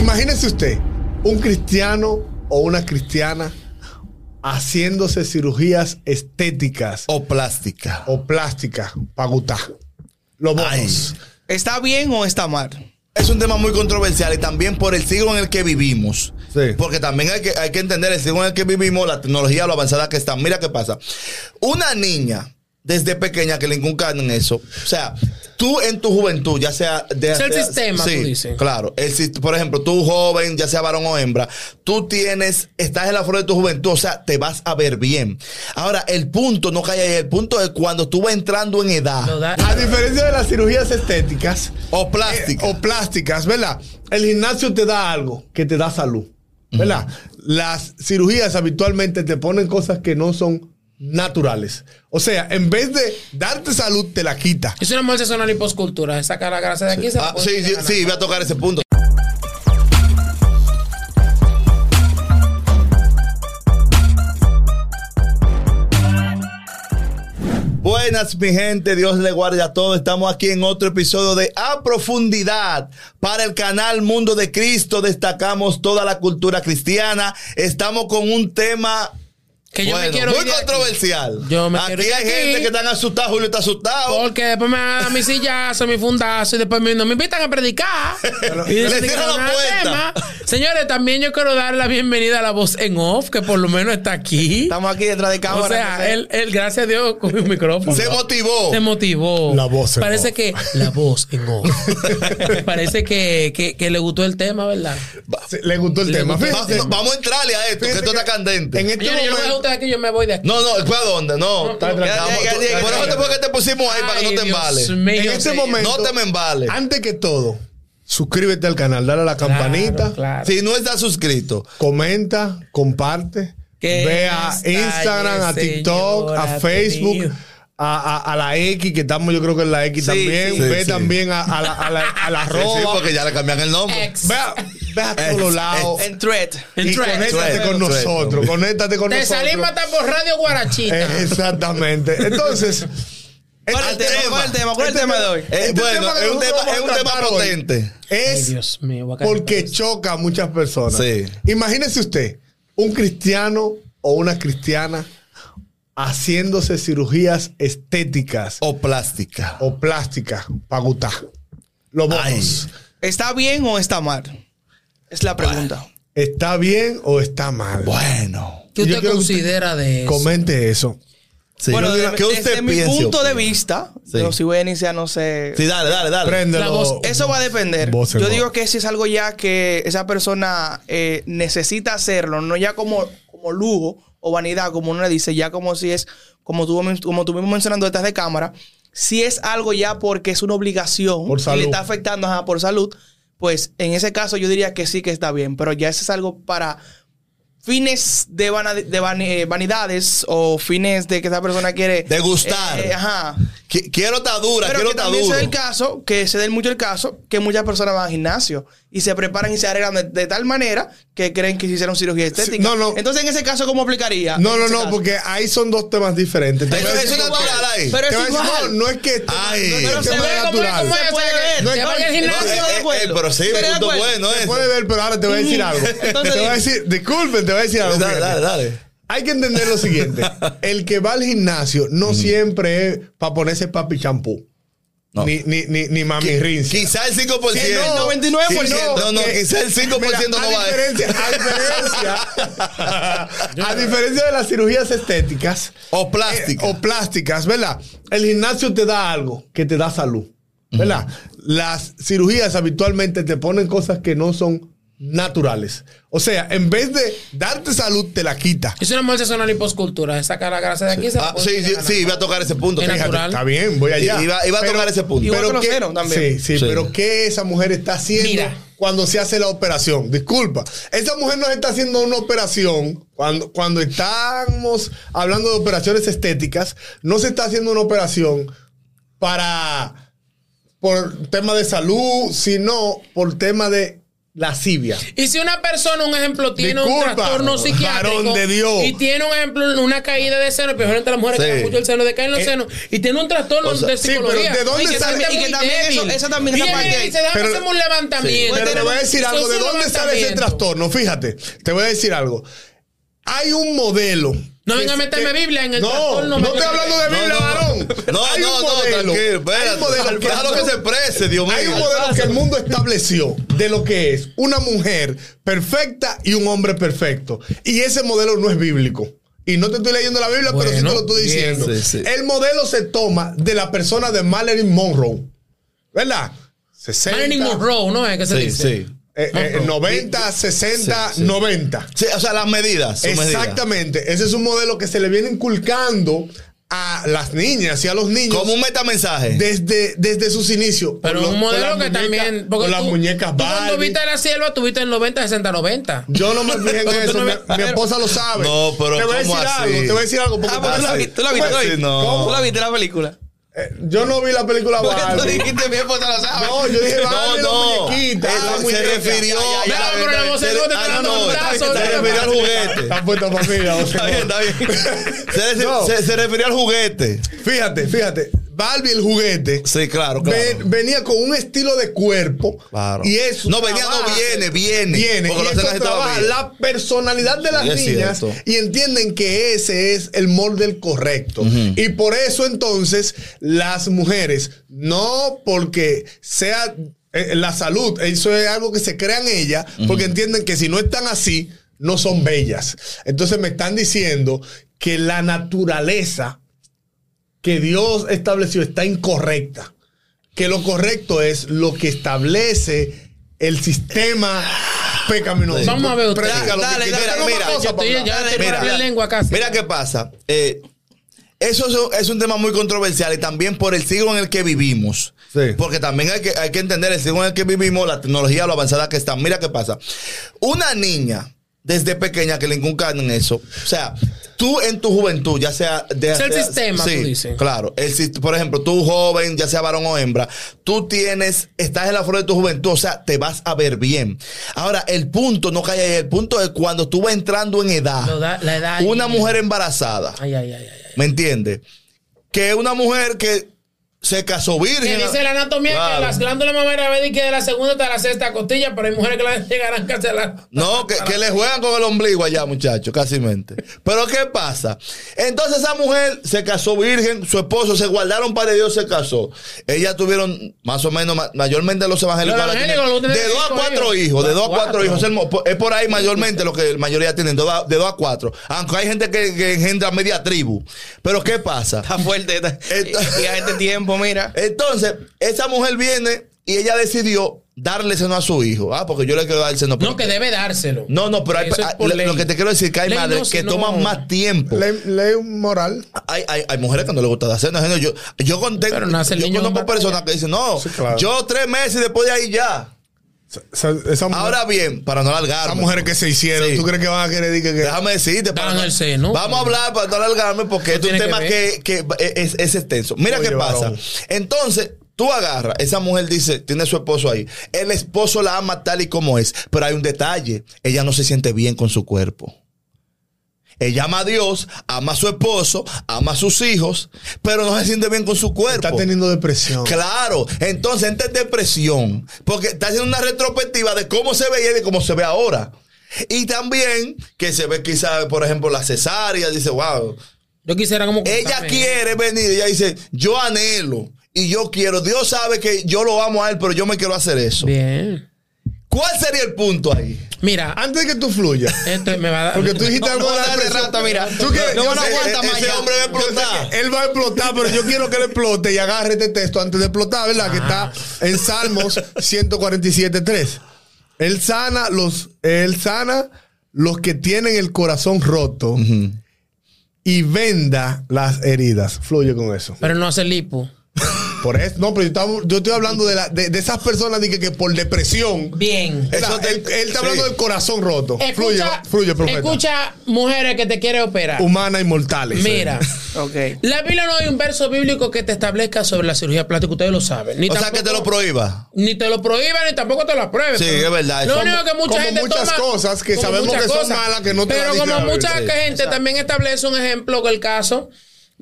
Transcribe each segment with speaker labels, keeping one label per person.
Speaker 1: Imagínese usted, un cristiano o una cristiana haciéndose cirugías estéticas
Speaker 2: O plástica.
Speaker 1: o plásticas para gustar. Los
Speaker 2: Ay.
Speaker 1: bonos.
Speaker 3: ¿Está bien o está mal?
Speaker 2: Es un tema muy controversial y también por el siglo en el que vivimos.
Speaker 1: Sí.
Speaker 2: Porque también hay que, hay que entender el siglo en el que vivimos, la tecnología, lo avanzada que está. Mira qué pasa. Una niña desde pequeña que le inculcan en eso. O sea, tú en tu juventud, ya sea... De,
Speaker 4: Es el
Speaker 2: sea-
Speaker 4: sistema,
Speaker 2: sí,
Speaker 4: tú dices.
Speaker 2: Claro. El sis- por ejemplo, tú joven, ya sea varón o hembra, tú tienes, estás en la flor de tu juventud, o sea, te vas a ver bien. Ahora, el punto, no calla ahí, el punto es cuando tú vas entrando en edad
Speaker 4: Lo da-
Speaker 1: A diferencia de las cirugías estéticas
Speaker 2: o
Speaker 1: eh,
Speaker 2: plástica.
Speaker 1: o plásticas, ¿verdad? El gimnasio te da algo que te da salud, ¿verdad? Las cirugías habitualmente te ponen cosas que no son naturales. O sea, en vez de darte salud, te la quita.
Speaker 4: Y si una mujer se hace una liposcultura, se saca la grasa de aquí. se la
Speaker 2: Ah,
Speaker 4: pone
Speaker 2: sí,
Speaker 4: en la
Speaker 2: sí,
Speaker 4: cara.
Speaker 2: sí, voy a tocar ese punto. Buenas, mi gente, Dios le guarde a todos. Estamos aquí en otro episodio de A Profundidad para el canal Mundo de Cristo. Destacamos toda la cultura cristiana. Estamos con un tema
Speaker 4: Que yo me
Speaker 2: bueno,
Speaker 4: quiero
Speaker 2: muy
Speaker 4: ir de aquí.
Speaker 2: controversial.
Speaker 4: Yo me
Speaker 2: aquí
Speaker 4: quiero ir de
Speaker 2: hay
Speaker 4: aquí.
Speaker 2: gente que están asustada, Julio está asustado.
Speaker 4: Porque después me dan mi sillazo, mi fundazo y después me, no me invitan a predicar. y
Speaker 2: le
Speaker 4: dicen que
Speaker 2: cierran
Speaker 4: no
Speaker 2: la
Speaker 4: hay
Speaker 2: puerta.
Speaker 4: Señores, también yo quiero dar la bienvenida a la voz en off, que por lo menos está aquí.
Speaker 3: Estamos aquí detrás de cámara.
Speaker 4: O sea, él, él, gracias a Dios, con un micrófono.
Speaker 2: Se motivó.
Speaker 4: Se motivó.
Speaker 1: La voz en
Speaker 4: Parece
Speaker 1: off.
Speaker 4: que. La voz en off. Parece que, que, que le gustó el tema, ¿verdad?
Speaker 1: Sí, Le gustó el
Speaker 4: Le
Speaker 1: tema.
Speaker 4: gustó el
Speaker 2: Va-
Speaker 1: Fíjate,
Speaker 2: vamos a entrarle a esto, que
Speaker 1: fíjate
Speaker 2: esto está
Speaker 1: que
Speaker 2: candente.
Speaker 1: En este
Speaker 4: Yo, yo no me voy a
Speaker 1: momento,
Speaker 4: juntar aquí, yo me voy de aquí.
Speaker 2: No, no, ¿fue a dónde? No.
Speaker 4: No, no.
Speaker 2: Quédate ahí, quédate ahí. Por eso te- porque te pusimos ahí para que
Speaker 4: Ay,
Speaker 2: no te
Speaker 4: Dios
Speaker 2: embales.
Speaker 4: mío,
Speaker 1: en este
Speaker 4: señor.
Speaker 1: momento,
Speaker 2: No te me embales.
Speaker 1: antes que todo, suscríbete al canal, dale a la
Speaker 4: Claro,
Speaker 1: campanita,
Speaker 4: claro.
Speaker 2: Si no estás suscrito,
Speaker 1: comenta, comparte,
Speaker 4: Que
Speaker 1: ve a
Speaker 4: está
Speaker 1: Instagram, a
Speaker 4: bien,
Speaker 1: TikTok, a
Speaker 4: señora,
Speaker 1: Facebook.
Speaker 4: tío.
Speaker 1: A, a- a la X, que estamos yo creo que en la X
Speaker 2: Sí,
Speaker 1: también.
Speaker 2: sí,
Speaker 1: ve
Speaker 2: sí.
Speaker 1: también a, a la, a la, a la
Speaker 2: sí, sí,
Speaker 1: arroba.
Speaker 2: porque ya le cambian el nombre.
Speaker 4: Ex.
Speaker 1: ve a, ve a todos lados.
Speaker 3: En thread.
Speaker 1: Y
Speaker 4: Entra,
Speaker 1: conéctate
Speaker 2: entra,
Speaker 1: con
Speaker 2: entra.
Speaker 1: nosotros. Conéctate con
Speaker 4: Te
Speaker 1: nosotros.
Speaker 4: salimos hasta por Radio Guarachita.
Speaker 1: Eh, Exactamente. Entonces,
Speaker 3: ¿Cuál es el tema? ¿Cuál es el tema? ¿Cuál es el tema de hoy?
Speaker 2: Eh,
Speaker 1: Este
Speaker 2: bueno,
Speaker 1: tema que
Speaker 2: es un
Speaker 1: nosotros
Speaker 2: tema,
Speaker 1: vamos
Speaker 2: es un
Speaker 1: a
Speaker 2: tema
Speaker 1: tratar hoy
Speaker 2: potente.
Speaker 4: Ay,
Speaker 1: es
Speaker 4: Dios mío, voy a caer
Speaker 1: porque
Speaker 4: otra vez.
Speaker 1: choca a muchas personas.
Speaker 2: Sí.
Speaker 1: Imagínese usted, un cristiano o una cristiana haciéndose cirugías estéticas
Speaker 2: O plástica.
Speaker 1: o plásticas para gustar. Los bonos.
Speaker 3: ¿Está bien o está mal? Es la pregunta.
Speaker 1: ¿Está bien o está mal?
Speaker 2: Bueno.
Speaker 4: ¿Qué
Speaker 1: Yo
Speaker 4: usted
Speaker 1: quiero que usted
Speaker 4: considera de eso?
Speaker 1: Comente eso.
Speaker 2: Sí.
Speaker 3: Bueno,
Speaker 2: Yo digo,
Speaker 3: de-
Speaker 2: ¿qué
Speaker 3: desde
Speaker 2: usted
Speaker 3: mi
Speaker 2: piensa,
Speaker 3: punto de
Speaker 2: opina?
Speaker 3: vista,
Speaker 2: Sí.
Speaker 3: pero si voy a iniciar, no sé.
Speaker 2: Sí, dale, dale, dale.
Speaker 1: Préndelo.
Speaker 4: La voz-
Speaker 3: Eso va a depender.
Speaker 1: Voz en
Speaker 3: Yo
Speaker 1: off.
Speaker 3: digo que si es algo ya que esa persona eh, necesita hacerlo, no ya como, como lujo o vanidad, como uno le dice, ya como si es, como tú, como tú mismo mencionando detrás de cámara, si es algo ya porque es una obligación
Speaker 1: Por
Speaker 3: y
Speaker 1: salud.
Speaker 3: le está afectando ajá, por salud, pues en ese caso yo diría que sí que está bien, pero ya eso es algo para fines de, vana- de van- eh, vanidades o fines de que esa persona quiere...
Speaker 2: De gustar.
Speaker 3: Eh, eh, ajá.
Speaker 2: Qui- Quiero tadura,
Speaker 3: Pero
Speaker 2: quiero
Speaker 3: que también
Speaker 2: tadura.
Speaker 3: se da el caso, que se da mucho el caso, que muchas personas van al gimnasio y se preparan y se arreglan de, de tal manera que creen que se hicieron cirugía estética.
Speaker 1: no, no.
Speaker 3: Entonces, en ese caso, ¿cómo aplicaría?
Speaker 1: No,
Speaker 3: En
Speaker 1: no,
Speaker 3: ese
Speaker 1: no,
Speaker 3: caso.
Speaker 1: porque ahí son dos temas diferentes. Te
Speaker 2: Eso-
Speaker 1: voy a decir
Speaker 2: eso es
Speaker 1: por qué.
Speaker 2: natural ahí.
Speaker 3: Pero
Speaker 1: Te
Speaker 3: es
Speaker 1: voy a decir,
Speaker 3: igual.
Speaker 1: no, no es que esto-
Speaker 2: Ay.
Speaker 1: no es que
Speaker 2: Pero
Speaker 1: el
Speaker 2: se
Speaker 1: tema
Speaker 4: ve
Speaker 1: es
Speaker 4: como-
Speaker 1: natural.
Speaker 4: como-
Speaker 3: Se puede ver.
Speaker 1: No,
Speaker 3: Se
Speaker 1: no,
Speaker 3: vaya al
Speaker 4: no,
Speaker 2: No,
Speaker 3: gimnasio,
Speaker 2: eh,
Speaker 3: de
Speaker 2: eh,
Speaker 3: acuerdo.
Speaker 2: pero sí,
Speaker 3: Pero de
Speaker 2: punto
Speaker 3: acuerdo.
Speaker 2: bueno
Speaker 1: Se
Speaker 2: ese.
Speaker 1: puede ver, pero ahora te voy a decir algo.
Speaker 3: Entonces,
Speaker 1: te voy a decir, disculpen, te voy a decir algo.
Speaker 2: Dale,
Speaker 1: fíjate.
Speaker 2: dale, dale.
Speaker 1: Hay que entender lo siguiente: el que va al gimnasio no siempre es para ponerse papi champú,
Speaker 2: No.
Speaker 1: ni, ni, ni, ni mami rincia.
Speaker 2: Quizá el 5%.
Speaker 1: Que no,
Speaker 2: Sí,
Speaker 3: 99%.
Speaker 2: No, no,
Speaker 1: que-
Speaker 2: quizá el 5% no
Speaker 1: Mira,
Speaker 2: va
Speaker 1: a
Speaker 2: a
Speaker 1: diferencia, a diferencia, a diferencia de las cirugías estéticas
Speaker 2: O plástica.
Speaker 1: o plásticas, ¿verdad? El gimnasio te da algo que te da salud, ¿verdad? Las cirugías habitualmente te ponen cosas que no son naturales. O sea, en vez de darte salud, te la quita.
Speaker 4: Y si una mujer se hace una liposcultura, se saca la grasa de aquí. se la
Speaker 2: Ah,
Speaker 4: pone
Speaker 2: sí,
Speaker 4: en la
Speaker 2: sí,
Speaker 4: cara.
Speaker 2: sí, iba a tocar ese punto.
Speaker 4: Es
Speaker 2: fíjate.
Speaker 4: natural.
Speaker 1: Está bien, voy allá.
Speaker 2: Iba, iba a
Speaker 1: Pero-
Speaker 2: tocar ese punto.
Speaker 3: Igual
Speaker 1: pero
Speaker 3: que los
Speaker 1: qué-
Speaker 3: ceros también.
Speaker 1: Sí, sí,
Speaker 2: Sí.
Speaker 1: pero ¿qué esa mujer está haciendo
Speaker 4: Mira.
Speaker 1: cuando se hace la operación? Disculpa. Esa mujer nos está haciendo una operación. Cuando, cuando estamos hablando de operaciones estéticas, no se está haciendo una operación para por tema de salud, sino por tema de lascivia.
Speaker 4: Y si una persona, un ejemplo, tiene
Speaker 1: Disculpa,
Speaker 4: un trastorno
Speaker 1: varón
Speaker 4: psiquiátrico
Speaker 1: de Dios.
Speaker 4: y tiene un ejemplo, una caída de seno, pero entre las mujeres
Speaker 2: Sí.
Speaker 4: que dan mucho el seno, decaen los
Speaker 1: Eh,
Speaker 4: senos, y tiene un trastorno
Speaker 2: o sea,
Speaker 4: de
Speaker 1: sí, pero
Speaker 4: psicología.
Speaker 1: ¿de dónde
Speaker 4: Y que
Speaker 1: sale-
Speaker 4: también
Speaker 3: y que
Speaker 4: muy
Speaker 3: también
Speaker 4: débil.
Speaker 3: eso- eso también, esa
Speaker 4: Viene
Speaker 3: parte
Speaker 4: y
Speaker 3: ahí.
Speaker 4: dice, déjame
Speaker 1: Pero-
Speaker 4: hacerme un levantamiento.
Speaker 1: Pero te voy a decir
Speaker 4: Hizo
Speaker 1: algo, ¿de
Speaker 4: su
Speaker 1: dónde sale ese
Speaker 4: levantamiento.
Speaker 1: trastorno? Fíjate, te voy a decir algo. Hay un modelo.
Speaker 4: No
Speaker 1: que-
Speaker 4: venga a meterme
Speaker 1: que-
Speaker 4: Biblia en el
Speaker 1: No,
Speaker 4: trastorno,
Speaker 1: no
Speaker 4: me-
Speaker 1: estoy hablando de Biblia, varón.
Speaker 2: No,
Speaker 1: Hay
Speaker 2: no,
Speaker 1: un
Speaker 2: no,
Speaker 1: modelo,
Speaker 2: tranquilo.
Speaker 1: Hay
Speaker 2: Espérate.
Speaker 1: un modelo que
Speaker 2: Déjalo que se prese, Dios mío.
Speaker 1: Hay un modelo que el mundo estableció de lo que es una mujer perfecta y un hombre perfecto. Y ese modelo no es bíblico. Y no te estoy leyendo la Biblia, pero sí te
Speaker 4: Bueno,
Speaker 1: lo estoy
Speaker 2: bien,
Speaker 1: diciendo.
Speaker 2: sí, sí.
Speaker 1: El modelo se toma de la persona de Marilyn Monroe. ¿Verdad? 60,
Speaker 4: Marilyn Monroe, ¿no? Es que se
Speaker 2: Sí,
Speaker 4: dice.
Speaker 2: sí.
Speaker 1: eh, eh, 90, 60,
Speaker 2: Sí, sí.
Speaker 1: 90.
Speaker 2: Sí, o sea, las medidas. su medida.
Speaker 1: Exactamente. Ese es un modelo que se le viene inculcando a las niñas y a los niños.
Speaker 2: Como un metamensaje.
Speaker 1: Desde, desde sus inicios.
Speaker 4: Pero
Speaker 1: Con los-
Speaker 4: un
Speaker 1: con
Speaker 4: modelo
Speaker 1: las
Speaker 4: que
Speaker 1: muñecas-
Speaker 4: también. porque
Speaker 1: con las
Speaker 4: tú-
Speaker 1: muñecas
Speaker 4: tú Cuando
Speaker 1: Barbie.
Speaker 4: viste a la sierva, tuviste el 90, 60, 90.
Speaker 1: Yo no me fijé en
Speaker 4: Pero tú
Speaker 1: eso.
Speaker 4: no
Speaker 1: mi,
Speaker 4: me-
Speaker 1: mi esposa lo sabe.
Speaker 2: No, pero
Speaker 1: Te voy a decir
Speaker 2: ¿cómo así?
Speaker 1: algo. Te voy a decir algo. porque-
Speaker 3: Ah, porque tú la
Speaker 2: Así-
Speaker 3: vi- tú la viste
Speaker 2: así
Speaker 3: hoy.
Speaker 2: no.
Speaker 3: ¿Cómo? ¿Tú la viste la película?
Speaker 1: Eh, yo no vi la película
Speaker 3: Porque tú
Speaker 1: Barbie.
Speaker 3: dijiste mi esposa lo sabe.
Speaker 1: No, yo dije Barbie,
Speaker 2: No, no.
Speaker 1: la muñequita.
Speaker 2: Eh,
Speaker 1: la
Speaker 2: se
Speaker 1: muñeca.
Speaker 2: refirió-
Speaker 1: Ya, ya,
Speaker 4: Claro,
Speaker 1: ya.
Speaker 4: pero la voz de
Speaker 2: se-
Speaker 4: no te
Speaker 2: ah,
Speaker 4: está dando
Speaker 2: no,
Speaker 4: un
Speaker 2: se
Speaker 4: brazo. te-
Speaker 2: refirió al juguete.
Speaker 1: Está puesta familia. o sea.
Speaker 2: Está bien, está bien. Se, se-
Speaker 1: No.
Speaker 2: se- se refirió al juguete.
Speaker 1: Fíjate, fíjate. Barbie, el juguete.
Speaker 2: Sí, claro, claro.
Speaker 1: Ven- venía con un estilo de cuerpo
Speaker 2: Claro.
Speaker 1: y eso
Speaker 2: No, venía,
Speaker 1: trabaja-
Speaker 2: no, viene, viene.
Speaker 1: viene
Speaker 2: Porque
Speaker 1: y
Speaker 2: lo hacen
Speaker 1: eso
Speaker 2: así
Speaker 1: trabaja
Speaker 2: todavía.
Speaker 1: la personalidad de las
Speaker 2: Sí, es
Speaker 1: niñas
Speaker 2: cierto.
Speaker 1: y entienden que ese es el molde el correcto y por eso entonces las mujeres no porque sea eh, la salud eso es algo que se crea en ellas porque entienden que si no están así no son bellas entonces me están diciendo que la naturaleza que Dios estableció está incorrecta. Que lo correcto es lo que establece el sistema pecaminoso.
Speaker 4: Vamos a ver usted.
Speaker 1: Predica lo que
Speaker 3: Dale,
Speaker 1: quiera.
Speaker 2: dale,
Speaker 1: Tengo más
Speaker 2: mira,
Speaker 1: cosas
Speaker 4: Yo
Speaker 1: para
Speaker 4: estoy ya
Speaker 1: hablar.
Speaker 4: estoy por
Speaker 2: Mira,
Speaker 4: hablar lengua casi.
Speaker 2: Mira qué pasa. Eh, eso es un, es un tema muy controversial y también por el siglo en el que vivimos.
Speaker 1: Sí.
Speaker 2: Porque también hay que, hay que entender el siglo en el que vivimos, la tecnología, lo avanzada que está. Mira qué pasa. Una niña desde pequeña que le inculcan en eso. O sea, tú en tu juventud, ya sea... De,
Speaker 4: Es el
Speaker 2: sea-
Speaker 4: sistema,
Speaker 2: sí,
Speaker 4: tú dices.
Speaker 2: Claro. El sist- por ejemplo, tú joven, ya sea varón o hembra, tú tienes, estás en la flor de tu juventud, o sea, te vas a ver bien. Ahora, el punto, no calla ahí, el punto es cuando tú vas entrando en edad.
Speaker 4: Lo da- la edad.
Speaker 2: Una mujer embarazada,
Speaker 4: Ay, ay, ay, ay. ay.
Speaker 2: ¿me entiendes? Que una mujer que se casó
Speaker 4: Que
Speaker 2: virgen.
Speaker 4: dice la anatomía
Speaker 2: Claro.
Speaker 4: que las glándulas mamarias ven que de la segunda hasta la sexta costilla, pero hay mujeres que las llegarán casi a la.
Speaker 2: No, que, que le juegan con el ombligo allá, muchachos, casi mente. Pero ¿qué pasa? Entonces esa mujer se casó virgen, su esposo se guardaron para Dios, se casó. Ellas tuvieron más o menos, ma- mayormente los evangélicos.
Speaker 4: Los
Speaker 2: ahora tienen
Speaker 4: evangélicos lo
Speaker 2: de
Speaker 4: tienen
Speaker 2: dos a
Speaker 4: cinco
Speaker 2: cuatro
Speaker 4: hijos.
Speaker 2: hijos, de dos a cuatro
Speaker 4: Cuatro.
Speaker 2: hijos. Es el mo- Es por ahí mayormente lo que la mayoría tienen, de dos a- de dos a cuatro. Aunque hay gente que, que engendra media tribu. Pero ¿qué pasa?
Speaker 3: Está fuerte. está-
Speaker 2: Esto-
Speaker 3: Y a este tiempo, mira.
Speaker 2: Entonces, esa mujer viene y ella decidió darle seno a su hijo. Ah, porque yo le quiero dar seno.
Speaker 4: No, que debe dárselo.
Speaker 2: no, no, pero hay-
Speaker 4: Eso es
Speaker 2: hay-
Speaker 4: por
Speaker 2: lo-
Speaker 4: ley.
Speaker 2: lo que te quiero decir que hay
Speaker 4: Ley
Speaker 2: madres
Speaker 4: no,
Speaker 2: que
Speaker 4: sino-
Speaker 2: toman más tiempo.
Speaker 1: Ley, ley moral.
Speaker 2: Hay, hay, hay mujeres que no les gusta dar seno. ajeno. Yo, yo, conté-
Speaker 4: Pero nace el
Speaker 2: yo
Speaker 4: niño en
Speaker 2: conozco
Speaker 4: batalla.
Speaker 2: personas que dicen, no,
Speaker 1: Sí, claro.
Speaker 2: yo tres meses y después de ahí ya.
Speaker 1: Esa, esa mujer-
Speaker 2: Ahora bien, para no alargarme.
Speaker 1: esas mujeres que se hicieron,
Speaker 2: Sí.
Speaker 1: ¿tú crees que van a querer decir que, que-
Speaker 2: Déjame decirte. para
Speaker 4: Dan
Speaker 2: no-
Speaker 4: el seno.
Speaker 2: Vamos a hablar para no alargarme porque es un
Speaker 4: tiene que
Speaker 2: tema que,
Speaker 4: ver.
Speaker 2: que e-, es, es extenso. Mira
Speaker 1: Oye,
Speaker 2: qué pasa.
Speaker 1: varón.
Speaker 2: Entonces, tú agarras, esa mujer dice, tiene su esposo ahí. El esposo la ama tal y como es, pero hay un detalle. Ella no se siente bien con su cuerpo. Ella ama a Dios, ama a su esposo, ama a sus hijos, pero no se siente bien con su cuerpo.
Speaker 1: está teniendo depresión?
Speaker 2: Claro, entonces esta es depresión, porque está haciendo una retrospectiva de cómo se veía y de cómo se ve ahora. Y también que se ve quizás, por ejemplo, la cesárea, dice, wow,
Speaker 4: Yo quisiera como.
Speaker 2: ella
Speaker 4: cortarme.
Speaker 2: quiere venir, ella dice, yo anhelo y yo quiero, Dios sabe que yo lo amo a él, pero yo me quiero hacer eso.
Speaker 4: Bien.
Speaker 2: ¿Cuál sería el punto ahí?
Speaker 4: Mira, ah,
Speaker 1: Antes de que tú fluyas,
Speaker 4: esto me va a dar.
Speaker 1: porque tú dijiste
Speaker 3: No,
Speaker 1: algo
Speaker 3: no,
Speaker 1: de la
Speaker 3: dale,
Speaker 1: depresión.
Speaker 3: rata, mira.
Speaker 1: ¿Tú quieres-
Speaker 3: No,
Speaker 1: yo
Speaker 3: no
Speaker 1: sé-
Speaker 3: aguanta
Speaker 2: ese
Speaker 3: más ya.
Speaker 2: hombre va a explotar.
Speaker 1: Él va a explotar, pero yo quiero que él explote y agarre este texto antes de explotar, ¿verdad? Que
Speaker 4: Ah.
Speaker 1: está en Salmos 147.3. Él sana los, él sana los que tienen el corazón roto y venda las heridas. Fluye con eso.
Speaker 4: Pero no hace lipo.
Speaker 1: Por eso, no, pero yo, estaba- yo estoy hablando de, la- de- de esas personas de que, que por depresión.
Speaker 5: Bien.
Speaker 1: Era-
Speaker 2: Eso te-
Speaker 1: él, él está hablando
Speaker 2: sí.
Speaker 1: del corazón roto.
Speaker 4: Escucha,
Speaker 1: fluye, fluye, profeta.
Speaker 4: escucha, mujeres que te quieren operar.
Speaker 1: Humanas inmortales.
Speaker 4: Mira.
Speaker 3: Ok.
Speaker 4: La Biblia no hay un verso bíblico que te establezca sobre la cirugía plástica, ustedes lo saben. Ni
Speaker 2: O sea, que te lo
Speaker 4: tampoco-
Speaker 2: prohíba.
Speaker 4: Ni te lo prohíban ni tampoco te lo aprueben.
Speaker 2: Sí,
Speaker 4: Pero
Speaker 2: es verdad, eso.
Speaker 4: Lo único que mucha
Speaker 1: Como
Speaker 4: gente
Speaker 1: muchas
Speaker 4: toma-
Speaker 1: cosas que
Speaker 4: como
Speaker 1: sabemos
Speaker 4: muchas
Speaker 1: que son malas que no te
Speaker 4: Pero
Speaker 1: las
Speaker 4: como
Speaker 1: dicen a
Speaker 4: mucha
Speaker 1: veces.
Speaker 4: gente también establece un ejemplo con el caso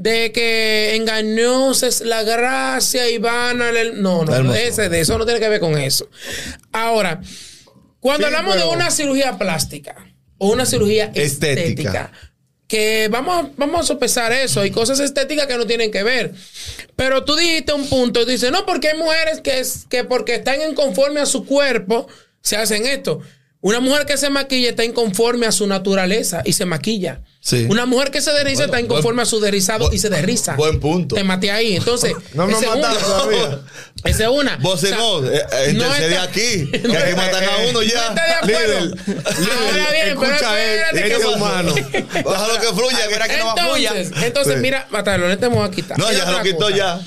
Speaker 4: de que engañosa es la gracia y vana. la- No, no, no,
Speaker 2: Hermoso.
Speaker 4: ese de eso no tiene que ver con eso. Ahora, cuando
Speaker 1: Sí,
Speaker 4: hablamos
Speaker 1: pero-
Speaker 4: de una cirugía plástica o una cirugía
Speaker 2: Estética.
Speaker 4: estética, que vamos, a- vamos a sopesar eso y cosas estéticas que no tienen que ver. Pero tú dijiste un punto, dices, no, porque hay mujeres que, es, que porque están inconforme a su cuerpo, se hacen esto. Una mujer que se maquilla está inconforme a su naturaleza y se maquilla.
Speaker 2: Sí.
Speaker 4: Una mujer que se desliza está inconforme a su derizado
Speaker 2: buen-
Speaker 4: y se derriza.
Speaker 2: buen punto.
Speaker 4: Te maté ahí. Entonces,
Speaker 1: No me
Speaker 4: esa
Speaker 1: han
Speaker 4: es una.
Speaker 1: matado todavía.
Speaker 4: Esa es una.
Speaker 2: Vos
Speaker 4: O sea,
Speaker 2: no, eh, eh,
Speaker 4: no
Speaker 2: intercede
Speaker 4: está-
Speaker 2: aquí. Que
Speaker 4: no
Speaker 2: aquí
Speaker 4: está-
Speaker 2: matan a uno
Speaker 4: no
Speaker 2: ya.
Speaker 4: está de acuerdo.
Speaker 1: Líder,
Speaker 4: Ahora bien, pero
Speaker 1: escucha, eh,
Speaker 4: espérate
Speaker 1: este
Speaker 4: que
Speaker 1: es
Speaker 4: pasa.
Speaker 1: humano.
Speaker 2: Déjalo que fluya, que era que no va a fluya.
Speaker 4: Entonces, entonces
Speaker 2: Sí.
Speaker 4: mira, Matalón, te vamos a quitar.
Speaker 2: No,
Speaker 4: Mira
Speaker 2: ya se lo
Speaker 4: otra
Speaker 2: quitó
Speaker 4: cosa.
Speaker 2: ya.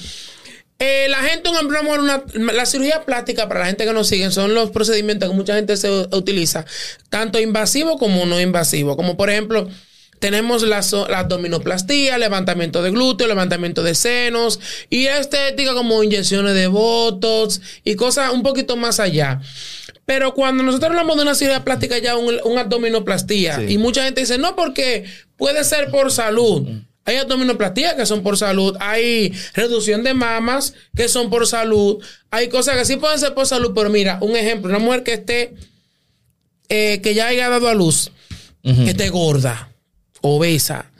Speaker 4: Eh, la gente, un ejemplo, amor, una, la cirugía plástica, para la gente que nos sigue, son los procedimientos que mucha gente se u- utiliza, tanto invasivo como no invasivo. Como por ejemplo, tenemos la, so- la abdominoplastía, levantamiento de glúteo, levantamiento de senos, y estética como inyecciones de botox y cosas un poquito más allá. Pero cuando nosotros hablamos de una cirugía plástica, ya un, un abdominoplastía,
Speaker 2: Sí.
Speaker 4: y mucha gente dice, no, porque puede ser por salud. Hay abdominoplastías que son por salud, hay reducción de mamas que son por salud, hay cosas que sí pueden ser por salud, pero mira, un ejemplo, una mujer que esté, eh, que ya haya dado a luz, que esté gorda, obesa,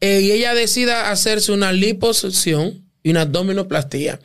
Speaker 4: eh, y ella decida hacerse una liposucción y una abdominoplastía.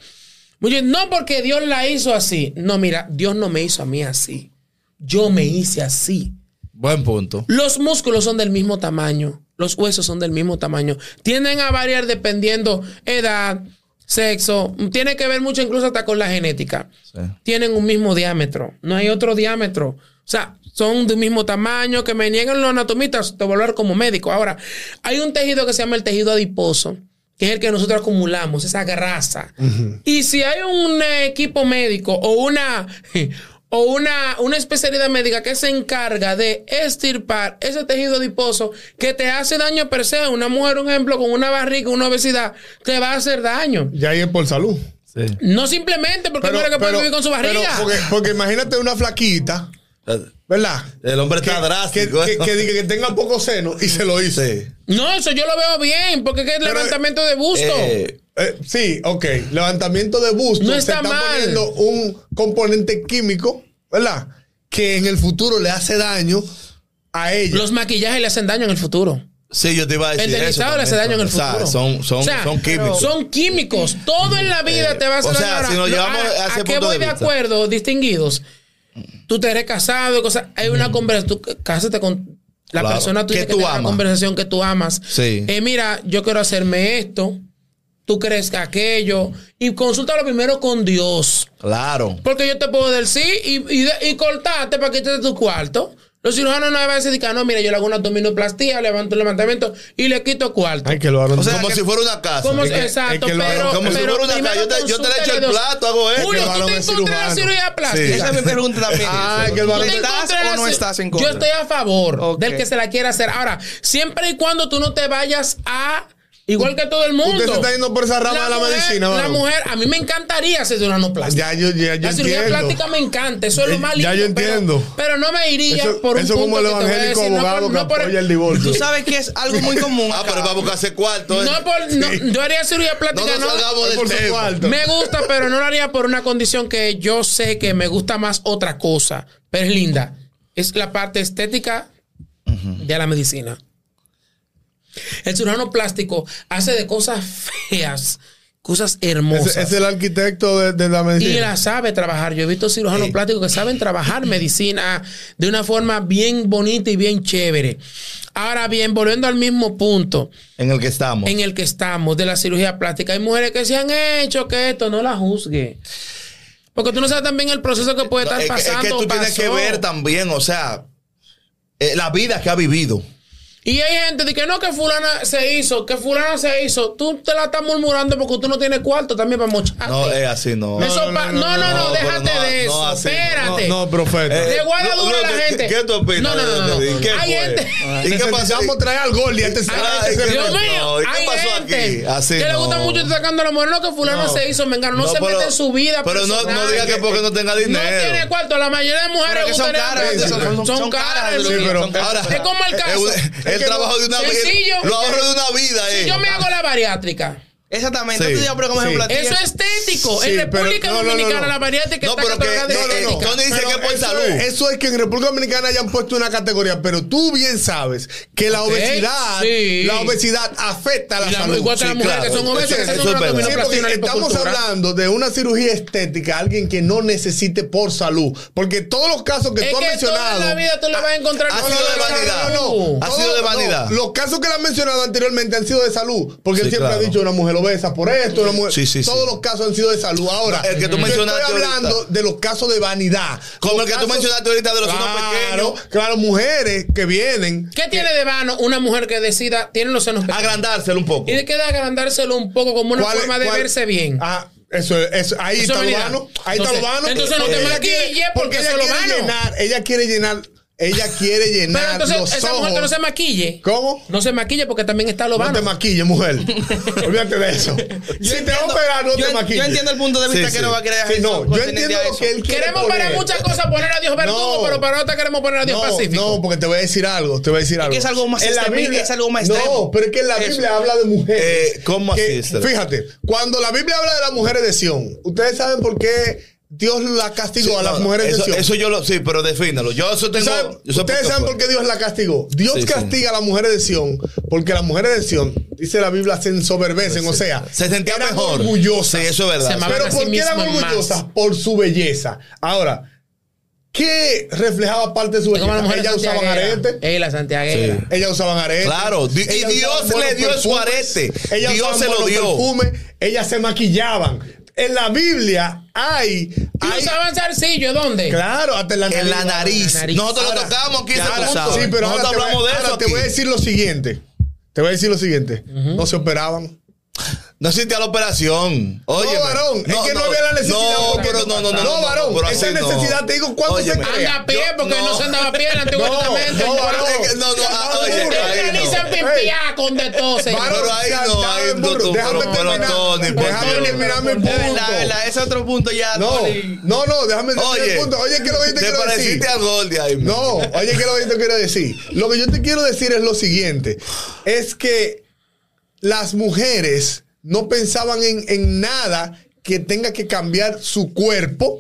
Speaker 4: Muchos dicen, no porque Dios la hizo así. No, mira, Dios no me hizo a mí así. Yo me hice así.
Speaker 2: Buen punto.
Speaker 4: Los músculos son del mismo tamaño. Los huesos son del mismo tamaño. Tienden a variar dependiendo edad, sexo. Tiene que ver mucho incluso hasta con la genética.
Speaker 2: Sí.
Speaker 4: Tienen un mismo diámetro. No hay otro diámetro. O sea, son del mismo tamaño. Que me niegan los anatomistas. Te voy a hablar como médico. Ahora, hay un tejido que se llama el tejido adiposo. Que es el que nosotros acumulamos, esa grasa. Y si hay un eh, equipo médico o una o una, una especialidad médica que se encarga de estirpar ese tejido adiposo que te hace daño per se. Una mujer, un ejemplo, con una barriga, una obesidad, te va a hacer daño.
Speaker 1: Ya ahí es por salud.
Speaker 2: Sí.
Speaker 4: No simplemente porque no es que puede vivir con su barriga.
Speaker 1: pero porque, porque imagínate una flaquita, ¿verdad?
Speaker 2: El hombre está
Speaker 1: Que-
Speaker 2: drástico. ¿eh?
Speaker 1: Que, que, que diga que tenga poco seno y se lo hice.
Speaker 2: Sí.
Speaker 4: No, eso yo lo veo bien, porque es que es
Speaker 1: Pero,
Speaker 4: levantamiento de busto.
Speaker 2: Eh,
Speaker 1: Eh, sí, ok. Levantamiento de busto.
Speaker 4: No
Speaker 1: se
Speaker 4: está
Speaker 1: está
Speaker 4: mal.
Speaker 1: poniendo un componente químico, ¿verdad? Que en el futuro le hace daño a ella.
Speaker 4: Los maquillajes le hacen daño en el futuro.
Speaker 2: Sí, yo te iba a decir
Speaker 4: El
Speaker 2: eso
Speaker 4: deslizado le hace
Speaker 2: también.
Speaker 4: daño en el
Speaker 2: O sea,
Speaker 4: futuro.
Speaker 2: son, son,
Speaker 4: O sea,
Speaker 2: son químicos.
Speaker 4: Son químicos. Todo en la vida
Speaker 2: Eh,
Speaker 4: te va a hacer
Speaker 2: o sea,
Speaker 4: daño.
Speaker 2: si nos
Speaker 4: no,
Speaker 2: llevamos a ese
Speaker 4: ¿A qué
Speaker 2: punto
Speaker 4: voy
Speaker 2: de
Speaker 4: de,
Speaker 2: vista?
Speaker 4: acuerdo, distinguidos? Tú te eres casado, y cosas. Hay una conversación. Tú cásate con la
Speaker 2: Mm. Claro.
Speaker 4: persona tuya
Speaker 2: Que
Speaker 4: que,
Speaker 2: tú
Speaker 4: tenga
Speaker 2: amas.
Speaker 4: una conversación que tú amas.
Speaker 2: Sí.
Speaker 4: Eh, mira, yo quiero hacerme esto. Tú crees que aquello. Y consúltalo primero con Dios.
Speaker 2: Claro.
Speaker 4: Porque yo te puedo decir y, y, y cortarte para quitarte tu cuarto. Los cirujanos no van a decir, no, mira, yo le hago una abdominoplastía, levanto el levantamiento y le quito cuarto.
Speaker 1: Ay, que lo hagan.
Speaker 2: O sea,
Speaker 1: No,
Speaker 2: como
Speaker 1: que-
Speaker 2: si fuera una casa. Ah,
Speaker 4: Como,
Speaker 1: Es que-
Speaker 4: exacto,
Speaker 1: es que lo
Speaker 4: pero,
Speaker 1: hago como si
Speaker 4: pero
Speaker 2: fuera una
Speaker 4: primero
Speaker 2: ca- yo te- yo te le
Speaker 4: consulta
Speaker 2: echo el
Speaker 4: a Dios.
Speaker 2: plato, hago esto,
Speaker 4: Julio,
Speaker 1: que lo
Speaker 4: tú
Speaker 1: hago
Speaker 4: te
Speaker 1: de
Speaker 4: encuentras la
Speaker 1: cirujano.
Speaker 4: cirugía
Speaker 2: Sí.
Speaker 4: plástica.
Speaker 3: Esa es mi pregunta también.
Speaker 1: Ay, Ah, que el
Speaker 4: ¿Tú
Speaker 1: varón-
Speaker 4: te
Speaker 3: ¿Estás
Speaker 4: encuentras
Speaker 3: o no
Speaker 4: la-
Speaker 3: estás en contra?
Speaker 4: Yo estoy a favor
Speaker 3: Ok.
Speaker 4: del que se la quiera hacer. Ahora, siempre y cuando tú no te vayas a... Igual que todo el mundo.
Speaker 1: Usted se está yendo por esa rama de la
Speaker 4: mujer-
Speaker 1: medicina,
Speaker 4: La
Speaker 1: varón.
Speaker 4: mujer, a mí me encantaría hacer una no plástica.
Speaker 1: Ya yo, ya, yo
Speaker 4: La cirugía
Speaker 1: entiendo.
Speaker 4: plástica me encanta, eso es lo
Speaker 1: Ya-
Speaker 4: más
Speaker 1: ya
Speaker 4: lindo.
Speaker 1: yo
Speaker 4: pero-
Speaker 1: entiendo.
Speaker 4: Pero, no me iría
Speaker 1: Eso-
Speaker 4: por un
Speaker 1: eso
Speaker 4: punto
Speaker 1: como el
Speaker 4: que te voy a
Speaker 1: evangélico
Speaker 4: decir, no por-
Speaker 1: abogado que
Speaker 4: no por-
Speaker 1: apoya el divorcio.
Speaker 3: Tú sabes que es algo muy común.
Speaker 2: Ah, pero
Speaker 3: acá.
Speaker 2: va a buscarse cuarto. ¿eh?
Speaker 4: No, por- no, yo haría cirugía
Speaker 2: No
Speaker 4: plástica,
Speaker 2: nos
Speaker 4: no.
Speaker 2: salgamos del
Speaker 1: Por su
Speaker 2: tema.
Speaker 1: cuarto.
Speaker 4: Me gusta, pero no lo haría por una condición que yo sé que me gusta más otra cosa. Pero es linda. Es la parte estética de la medicina. El cirujano plástico hace de cosas feas, cosas hermosas.
Speaker 1: Es, es el arquitecto de, de la medicina.
Speaker 4: Y la sabe trabajar. Yo he visto cirujanos plásticos que saben trabajar medicina de una forma bien bonita y bien chévere. Ahora bien, volviendo al mismo punto
Speaker 2: En el que estamos.
Speaker 4: en el que estamos de la cirugía plástica, hay mujeres que se han hecho que esto no la juzgue. Porque tú no sabes también el proceso que puede
Speaker 2: No,
Speaker 4: estar
Speaker 2: es, que- es
Speaker 4: pasando.
Speaker 2: que tú tienes
Speaker 4: pasó.
Speaker 2: que ver también, o sea, eh, la vida que ha vivido.
Speaker 4: Y hay gente de que no, que fulana se hizo, que fulana se hizo. Tú te la estás murmurando porque tú no tienes cuarto también para mochar.
Speaker 2: No, es así, no.
Speaker 4: Eso pa- Ah, no, no, no,
Speaker 2: no, pero
Speaker 4: déjate
Speaker 2: no,
Speaker 4: de
Speaker 2: no,
Speaker 4: eso.
Speaker 2: así no,
Speaker 4: Espérate.
Speaker 1: No, profeta.
Speaker 2: Eh,
Speaker 4: Le guarda
Speaker 2: no,
Speaker 4: duro a
Speaker 2: no,
Speaker 4: la
Speaker 2: ¿qué-
Speaker 4: gente.
Speaker 2: ¿Qué tú opinas?
Speaker 4: No, no, no, no,
Speaker 2: de- de-
Speaker 4: no.
Speaker 2: ¿Qué
Speaker 4: Hay
Speaker 2: fue?
Speaker 4: gente-
Speaker 2: ¿Y qué pasó?
Speaker 1: Necesitamos traer al gol y a
Speaker 4: Ah,
Speaker 1: este
Speaker 2: Ay,
Speaker 1: a este
Speaker 2: Dios
Speaker 1: señor.
Speaker 4: Dios mío,
Speaker 2: No, ¿y qué
Speaker 4: hay
Speaker 2: pasó aquí?
Speaker 4: gente
Speaker 2: Así
Speaker 4: que le
Speaker 2: no.
Speaker 4: gusta mucho estar sacando a la mujer. No, que fulano se hizo, me No, se
Speaker 2: pero-
Speaker 4: mete en su vida
Speaker 2: Pero no,
Speaker 4: personal.
Speaker 2: no diga que porque no tenga
Speaker 4: No
Speaker 2: dinero.
Speaker 4: tiene cuarto. La mayoría de mujeres
Speaker 3: Pero que son
Speaker 4: gustan-
Speaker 3: caras,
Speaker 1: sí,
Speaker 4: son,
Speaker 1: sí.
Speaker 4: son
Speaker 3: son
Speaker 4: caras.
Speaker 3: caras,
Speaker 4: Luis.
Speaker 1: Sí, pero
Speaker 2: Ahora,
Speaker 4: Es como el caso.
Speaker 2: eh,
Speaker 4: Es
Speaker 2: El,
Speaker 4: que
Speaker 2: trabajo
Speaker 4: no-
Speaker 2: de una
Speaker 4: Sencillo.
Speaker 2: vida. Lo ahorro de una vida, eh.
Speaker 4: Si yo me hago la bariátrica.
Speaker 3: Exactamente.
Speaker 2: Sí,
Speaker 3: Entonces ya, pero como
Speaker 1: sí.
Speaker 3: ejemplo, a ti
Speaker 4: Eso
Speaker 3: es-
Speaker 4: es estético.
Speaker 1: Sí,
Speaker 4: en
Speaker 1: pero-
Speaker 4: República
Speaker 1: no, no, no,
Speaker 4: Dominicana
Speaker 1: no.
Speaker 4: la bariátrica
Speaker 2: No,
Speaker 4: está
Speaker 2: pero que.
Speaker 4: catalogada de
Speaker 2: No, no, no.
Speaker 4: estética.
Speaker 2: Tony dice
Speaker 1: Pero
Speaker 2: que por
Speaker 1: eso
Speaker 2: salud.
Speaker 1: es- Eso es que en República Dominicana hayan puesto una categoría, pero tú bien sabes que la
Speaker 4: Ok,
Speaker 1: obesidad,
Speaker 4: sí.
Speaker 1: la obesidad afecta a la,
Speaker 4: Y la-
Speaker 1: salud.
Speaker 4: igual que las mujeres que son obesas,
Speaker 1: Entonces,
Speaker 2: que son
Speaker 1: eso es
Speaker 2: una
Speaker 1: verdad. Sí, porque
Speaker 4: abdominoplastia, una
Speaker 1: Estamos
Speaker 4: lipocultura.
Speaker 1: hablando de una cirugía estética, alguien que no necesite por salud, porque todos los casos que
Speaker 4: Es
Speaker 1: tú has
Speaker 4: que
Speaker 1: mencionado,
Speaker 4: toda la vida tú le vas a encontrar
Speaker 2: ha
Speaker 4: con
Speaker 2: sido
Speaker 4: la
Speaker 2: de vanidad.
Speaker 4: salud.
Speaker 2: Ha sido de
Speaker 1: no,
Speaker 2: vanidad.
Speaker 1: los casos que le han mencionado anteriormente han sido de salud, porque
Speaker 2: Sí,
Speaker 1: él siempre
Speaker 2: claro.
Speaker 1: ha dicho una mujer obesa por esto, una mujer,
Speaker 2: Sí, sí, sí.
Speaker 1: todos los casos han sido de salud. Ahora,
Speaker 2: No, el que tú
Speaker 1: yo
Speaker 2: mencionaste
Speaker 1: estoy hablando
Speaker 2: ahorita.
Speaker 1: de los casos de vanidad,
Speaker 2: Como el
Speaker 1: Los
Speaker 2: que tú
Speaker 1: casos-
Speaker 2: mencionaste ahorita de los
Speaker 1: claro,
Speaker 2: unos pequeños.
Speaker 1: Claro, mujeres que vienen.
Speaker 4: ¿Qué tiene de vano una mujer que decida, tiene los senos pequeños?
Speaker 2: Agrandárselo un poco.
Speaker 4: Y de queda agrandárselo un poco como una
Speaker 1: ¿Cuál-
Speaker 4: forma de
Speaker 1: cuál-
Speaker 4: verse bien.
Speaker 1: Ah, eso, es- eso- ahí está
Speaker 4: Eso es
Speaker 1: lo
Speaker 4: vanidad.
Speaker 1: vano. Ahí
Speaker 4: Entonces-
Speaker 1: está lo vano. Eh,
Speaker 4: entonces no te
Speaker 1: Ella
Speaker 4: maquilles
Speaker 1: quiere-
Speaker 4: porque eso es lo
Speaker 1: quiere
Speaker 4: vano.
Speaker 1: Llenar, ella quiere llenar, ella quiere llenar
Speaker 4: Pero entonces,
Speaker 1: los
Speaker 4: esa
Speaker 1: ojos.
Speaker 4: mujer que no se maquille.
Speaker 1: ¿Cómo?
Speaker 4: No se maquille porque también está lo
Speaker 1: No te
Speaker 4: vano.
Speaker 1: maquilles, mujer. Olvídate de eso. si te va a operar, no
Speaker 3: yo,
Speaker 1: te
Speaker 3: en-
Speaker 1: maquilles.
Speaker 3: yo entiendo el punto de vista
Speaker 2: Sí,
Speaker 3: que
Speaker 2: sí.
Speaker 3: no va a querer
Speaker 1: Sí, no, yo entiendo lo que él quiere.
Speaker 4: Queremos para
Speaker 1: poner.
Speaker 4: muchas cosas poner a Dios Verdugo,
Speaker 1: No.
Speaker 4: pero para otras queremos poner a Dios
Speaker 1: no,
Speaker 4: Pacífico.
Speaker 1: No, porque te voy a decir algo, te voy a decir algo.
Speaker 3: que es algo más
Speaker 1: En la
Speaker 3: extremo,
Speaker 1: Biblia-
Speaker 3: es algo más
Speaker 1: No,
Speaker 3: extremo.
Speaker 1: pero es que en la
Speaker 3: Eso.
Speaker 1: Biblia habla de mujeres.
Speaker 2: Eh, ¿cómo
Speaker 1: que-
Speaker 2: así, Esther?
Speaker 1: Fíjate, cuando la Biblia habla de las mujeres de Sion, ustedes saben por qué Dios la castigó
Speaker 2: Sí,
Speaker 1: a las
Speaker 2: no,
Speaker 1: mujeres
Speaker 2: eso,
Speaker 1: de Sion.
Speaker 2: eso yo lo. Sí, pero defínalo. Yo eso tengo.
Speaker 1: ¿Saben-
Speaker 2: yo sé
Speaker 1: ustedes saben
Speaker 2: fue.
Speaker 1: por qué Dios la castigó. Dios
Speaker 2: Sí, sí.
Speaker 1: castiga a las mujeres de Sion porque las mujeres de Sion, dice la Biblia, se ensoberbecen, o sea,
Speaker 2: Se sentía
Speaker 1: eran
Speaker 2: mejor.
Speaker 1: orgullosas.
Speaker 2: Sí, eso es verdad.
Speaker 4: Se amaba.
Speaker 1: Pero
Speaker 4: a
Speaker 1: ¿por
Speaker 4: sí
Speaker 1: qué eran
Speaker 4: mismo más.
Speaker 1: orgullosas? Por su belleza. Ahora, ¿qué reflejaba parte de su
Speaker 4: Es como la
Speaker 1: belleza?
Speaker 4: mujer
Speaker 1: Ellas usaban
Speaker 4: santiaguera.
Speaker 1: aretes.
Speaker 4: Ey, la santiaguera.
Speaker 2: Sí.
Speaker 1: Ellas usaban aretes.
Speaker 2: Claro, di- y
Speaker 1: Ellas
Speaker 2: Dios
Speaker 1: usaban buenos
Speaker 2: le dio su
Speaker 1: perfumes.
Speaker 2: arete.
Speaker 1: Ellas
Speaker 2: Dios
Speaker 1: usaban
Speaker 2: se lo
Speaker 1: buenos
Speaker 2: dio.
Speaker 1: perfumes. Ellas se maquillaban. En la Biblia hay.
Speaker 4: ¿Y
Speaker 1: hay-
Speaker 4: usaban zarcillo dónde?
Speaker 1: claro, hasta en la
Speaker 2: En la
Speaker 1: nariz.
Speaker 2: nariz.
Speaker 4: La nariz.
Speaker 2: Nosotros
Speaker 1: Ahora,
Speaker 2: lo tocamos aquí,
Speaker 1: ya,
Speaker 2: ese
Speaker 1: ahora,
Speaker 2: punto.
Speaker 1: Sí, pero ahora
Speaker 2: Nosotros
Speaker 1: te voy a-
Speaker 2: hablamos de
Speaker 1: ahora
Speaker 2: eso.
Speaker 1: Te voy a
Speaker 2: aquí.
Speaker 1: decir lo siguiente. Te voy a decir lo siguiente. No se operaban.
Speaker 2: No existía la operación. Oye,
Speaker 1: no, varón, es que no, había la necesidad.
Speaker 2: No,
Speaker 1: porque
Speaker 2: pero no, no, no.
Speaker 1: No, varón,
Speaker 2: pero
Speaker 1: esa
Speaker 2: así no.
Speaker 1: necesidad, te digo, ¿cuánto se
Speaker 2: Óyeme.
Speaker 1: crea?
Speaker 4: Anda a pie
Speaker 2: Yo-
Speaker 4: porque no.
Speaker 2: no.
Speaker 4: se andaba a pie en el Antiguo
Speaker 1: No,
Speaker 4: Testamento.
Speaker 1: no, varón.
Speaker 2: Es que- no, no, ah, oye,
Speaker 1: Te
Speaker 2: ahí no.
Speaker 4: organizan pimpiá con de todo, señor.
Speaker 1: Varón,
Speaker 2: Pero ahí no,
Speaker 1: cantaba
Speaker 2: ahí
Speaker 1: en
Speaker 2: no,
Speaker 1: burro.
Speaker 2: tú,
Speaker 1: Déjame
Speaker 2: pero- pero
Speaker 1: terminar.
Speaker 2: Tony, por
Speaker 1: Déjame
Speaker 2: Dios.
Speaker 1: terminar mi punto.
Speaker 3: Es verdad, es verdad, ese otro punto ya.
Speaker 1: No,
Speaker 3: Tony.
Speaker 1: no, no, déjame terminar
Speaker 2: Oye,
Speaker 1: el punto. Oye, ¿qué es lo que yo te
Speaker 2: te
Speaker 1: quiero decir?
Speaker 2: pareciste al gol de ahí. man.
Speaker 1: No, oye, ¿qué es lo que yo te quiero decir? Lo que yo te quiero decir es lo siguiente: es que las mujeres no pensaban en, en nada que tenga que cambiar su cuerpo.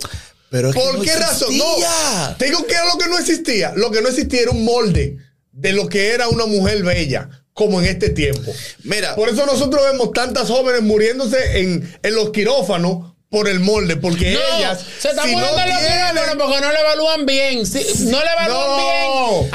Speaker 2: Pero es que
Speaker 1: ¿Por
Speaker 2: no
Speaker 1: qué razón?
Speaker 2: existía.
Speaker 1: No. Te digo que era lo que no existía. Lo que no existía era un molde de lo que era una mujer bella, como en este tiempo.
Speaker 2: Mira.
Speaker 1: Por eso nosotros vemos tantas jóvenes muriéndose en, en los quirófanos por el molde, porque
Speaker 4: No,
Speaker 1: ellas.
Speaker 4: se están
Speaker 1: si no
Speaker 4: muriendo los
Speaker 1: tienen-
Speaker 4: quirófanos porque no le evalúan bien. Si- no le
Speaker 1: No,
Speaker 4: evalúan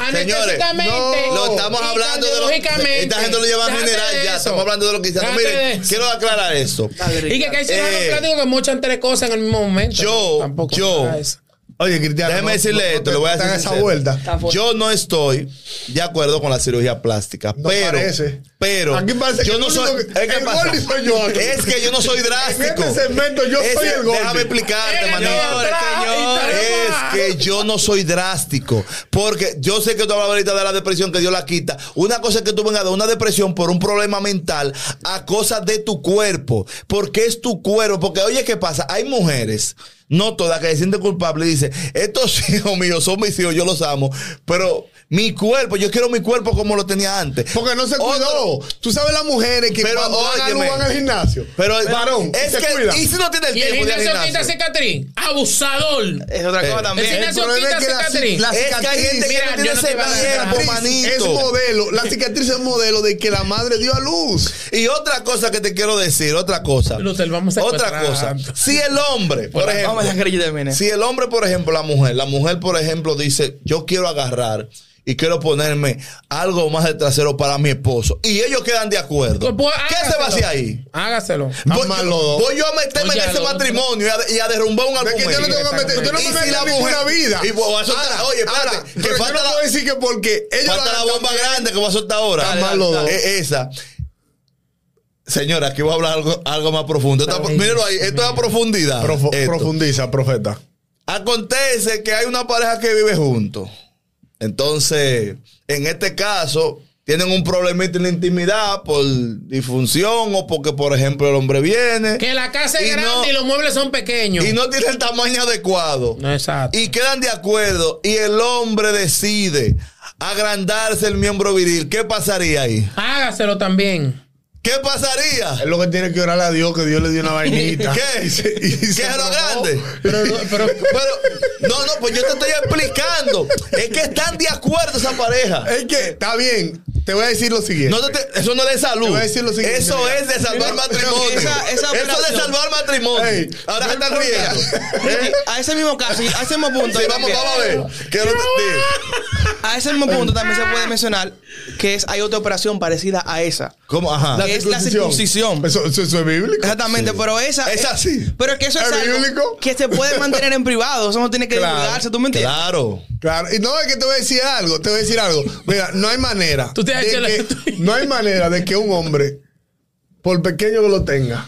Speaker 4: bien
Speaker 2: señores,
Speaker 4: anestésicamente.
Speaker 1: no.
Speaker 2: Lo estamos
Speaker 4: y
Speaker 2: hablando de lo
Speaker 4: cardiológicamente.
Speaker 2: Esta gente lo lleva en
Speaker 4: Déjate
Speaker 2: general
Speaker 4: de
Speaker 2: ya.
Speaker 4: eso.
Speaker 2: Estamos hablando de lo que hicieron.
Speaker 4: Déjate de
Speaker 2: Miren,
Speaker 4: eso.
Speaker 2: quiero aclarar esto.
Speaker 4: Y que hay ciudadanos
Speaker 2: Eh,
Speaker 4: plásticos que mochan tres cosas en el mismo momento.
Speaker 2: yo,
Speaker 4: Tampoco
Speaker 2: yo.
Speaker 4: pasa eso.
Speaker 1: Oye, Cristiano.
Speaker 2: Déjeme decirle esto,
Speaker 1: te
Speaker 2: le voy a
Speaker 1: metas
Speaker 2: decir
Speaker 1: en esa
Speaker 2: sincero.
Speaker 1: vuelta.
Speaker 3: Está fuerte.
Speaker 2: Yo no estoy de acuerdo con la cirugía plástica,
Speaker 1: No
Speaker 2: pero,
Speaker 1: parece.
Speaker 2: pero
Speaker 1: Aquí parece
Speaker 2: yo
Speaker 1: que
Speaker 2: no
Speaker 1: el
Speaker 2: soy,
Speaker 1: único que-
Speaker 2: es que
Speaker 1: el
Speaker 2: pasa-
Speaker 1: Gordy soy yo aquí.
Speaker 2: Es que yo no soy drástico.
Speaker 1: este segmento yo soy el Gordy.
Speaker 2: Déjame explicarte,
Speaker 4: Él
Speaker 2: manito.
Speaker 4: está atrás y está
Speaker 2: Es que yo no soy drástico, porque yo sé que tú hablas ahorita de la depresión que Dios la quita. Una cosa es que tú vengas de una depresión por un problema mental a cosas de tu cuerpo, porque es tu cuerpo, porque oye, ¿qué pasa? Hay mujeres no todas que se sienten culpables y dicen, estos hijos míos son mis hijos, yo los amo, pero mi cuerpo, yo quiero mi cuerpo como lo tenía antes. Oh,
Speaker 1: Porque no se cuidó.
Speaker 2: Otro-
Speaker 1: Tú sabes las mujeres que
Speaker 2: Pero,
Speaker 1: cuando van a luz
Speaker 2: óyeme.
Speaker 1: van al gimnasio.
Speaker 2: Pero
Speaker 1: varón,
Speaker 2: es
Speaker 1: se
Speaker 2: que
Speaker 1: cuida.
Speaker 2: y si no tiene el
Speaker 4: Y el
Speaker 2: tiempo de ir al
Speaker 4: gimnasio quita
Speaker 2: gimnasio?
Speaker 4: cicatriz. Abusador.
Speaker 3: Es otra
Speaker 2: Eh,
Speaker 3: cosa
Speaker 4: El
Speaker 3: también.
Speaker 4: gimnasio
Speaker 1: problema es
Speaker 4: quita
Speaker 1: que la
Speaker 4: cicatriz.
Speaker 1: cicatriz-
Speaker 2: Es que hay gente que
Speaker 4: Mira,
Speaker 2: no tiene
Speaker 4: yo no te
Speaker 2: ese
Speaker 4: voy a
Speaker 1: La
Speaker 4: dejar.
Speaker 2: tiempo,
Speaker 1: cicatriz es
Speaker 2: manito.
Speaker 1: modelo. La cicatriz es modelo de que la madre dio a luz.
Speaker 2: Y otra cosa que te quiero decir, otra cosa.
Speaker 4: Luther, vamos a
Speaker 2: otra cosa.
Speaker 4: secuestrar.
Speaker 2: Si el hombre, por
Speaker 3: Vamos a
Speaker 2: ejemplo,
Speaker 3: dejar que yo termine.
Speaker 2: si el hombre, por ejemplo, la mujer, la mujer, por ejemplo, dice, yo quiero agarrar. y quiero ponerme algo más de trasero para mi esposo. Y ellos quedan de acuerdo.
Speaker 4: Pues,
Speaker 2: ¿Qué se va a hacer
Speaker 4: hágaselo.
Speaker 2: ahí?
Speaker 4: Hágaselo.
Speaker 2: Voy,
Speaker 1: Aman los dos.
Speaker 2: voy yo a meterme
Speaker 4: Oye,
Speaker 2: en
Speaker 4: a
Speaker 2: ese
Speaker 4: los-
Speaker 2: matrimonio y a, y a derrumbar un
Speaker 1: Es
Speaker 2: álbum.
Speaker 1: que yo no
Speaker 2: ahí.
Speaker 1: tengo que meter, yo no
Speaker 2: Y
Speaker 1: me
Speaker 2: si
Speaker 1: meto en
Speaker 2: la
Speaker 1: ninguna
Speaker 2: mujer-
Speaker 1: vida.
Speaker 2: y voy a soltar-
Speaker 1: Ahora,
Speaker 2: oye, espérate,
Speaker 1: ahora,
Speaker 2: que
Speaker 1: pero yo
Speaker 2: falta
Speaker 1: no te
Speaker 2: la-
Speaker 1: voy a decir que porque ellos
Speaker 2: Falta la bomba grande que va a soltar ahora.
Speaker 1: Dale, dale,
Speaker 2: Malo.
Speaker 1: dale.
Speaker 2: Eh, esa. Señora, aquí voy a hablar algo, algo más profundo. Esto-
Speaker 4: Dale.
Speaker 2: míralo ahí, esto es a profundidad.
Speaker 1: Profo-
Speaker 2: Esto.
Speaker 1: profundiza, profeta.
Speaker 2: Acontece que hay una pareja que vive juntos. Entonces, en este caso, tienen un problemita en la intimidad por disfunción o porque, por ejemplo, el hombre viene
Speaker 4: Que la casa es
Speaker 2: Y
Speaker 4: grande
Speaker 2: no-
Speaker 4: y los muebles son pequeños.
Speaker 2: y no tiene el tamaño adecuado.
Speaker 4: No, exacto.
Speaker 2: Y quedan de acuerdo y el hombre decide agrandarse el miembro viril. ¿Qué pasaría ahí?
Speaker 4: Hágaselo también.
Speaker 2: ¿Qué pasaría?
Speaker 1: Es lo que tiene que orar a Dios, que Dios le dio una vainita.
Speaker 2: ¿Qué? ¿Qué es lo grande?
Speaker 4: Pero, no- pero
Speaker 2: Pero, no, no, pues yo te estoy explicando. Es que están de acuerdo esa pareja.
Speaker 1: Es que, está bien, te voy a decir lo siguiente.
Speaker 2: No te- te- eso no es de salud.
Speaker 1: Te voy a decir lo siguiente,
Speaker 2: eso
Speaker 1: mira.
Speaker 2: es de salvar matrimonio.
Speaker 3: Esa- esa
Speaker 2: eso es de
Speaker 3: operación-
Speaker 2: salvar matrimonio.
Speaker 1: Ey,
Speaker 2: Ahora se están
Speaker 3: Mira,
Speaker 2: riendo.
Speaker 3: Ricky, a ese mismo caso, y a ese mismo punto.
Speaker 2: Sí, vamos,
Speaker 3: también.
Speaker 2: vamos a ver. Que no te- sí.
Speaker 3: A ese mismo punto también se puede mencionar que es, hay otra operación parecida a esa.
Speaker 2: ¿Cómo? Ajá.
Speaker 3: La- es circuncisión.
Speaker 1: Eso, eso- eso es bíblico.
Speaker 3: Exactamente, pero esa.
Speaker 2: Es así.
Speaker 3: Pero es que eso es,
Speaker 1: ¿Es
Speaker 3: algo
Speaker 1: bíblico?
Speaker 3: que se puede mantener en privado. Eso no tiene que
Speaker 1: Claro,
Speaker 3: divulgarse, ¿tú me entiendes?
Speaker 2: Claro.
Speaker 1: Claro, y no es que te voy a decir algo, te voy a decir algo. Mira, no hay manera.
Speaker 4: Tú te has
Speaker 1: de
Speaker 4: hecho la-
Speaker 1: que- No hay manera de que un hombre, por pequeño que lo tenga,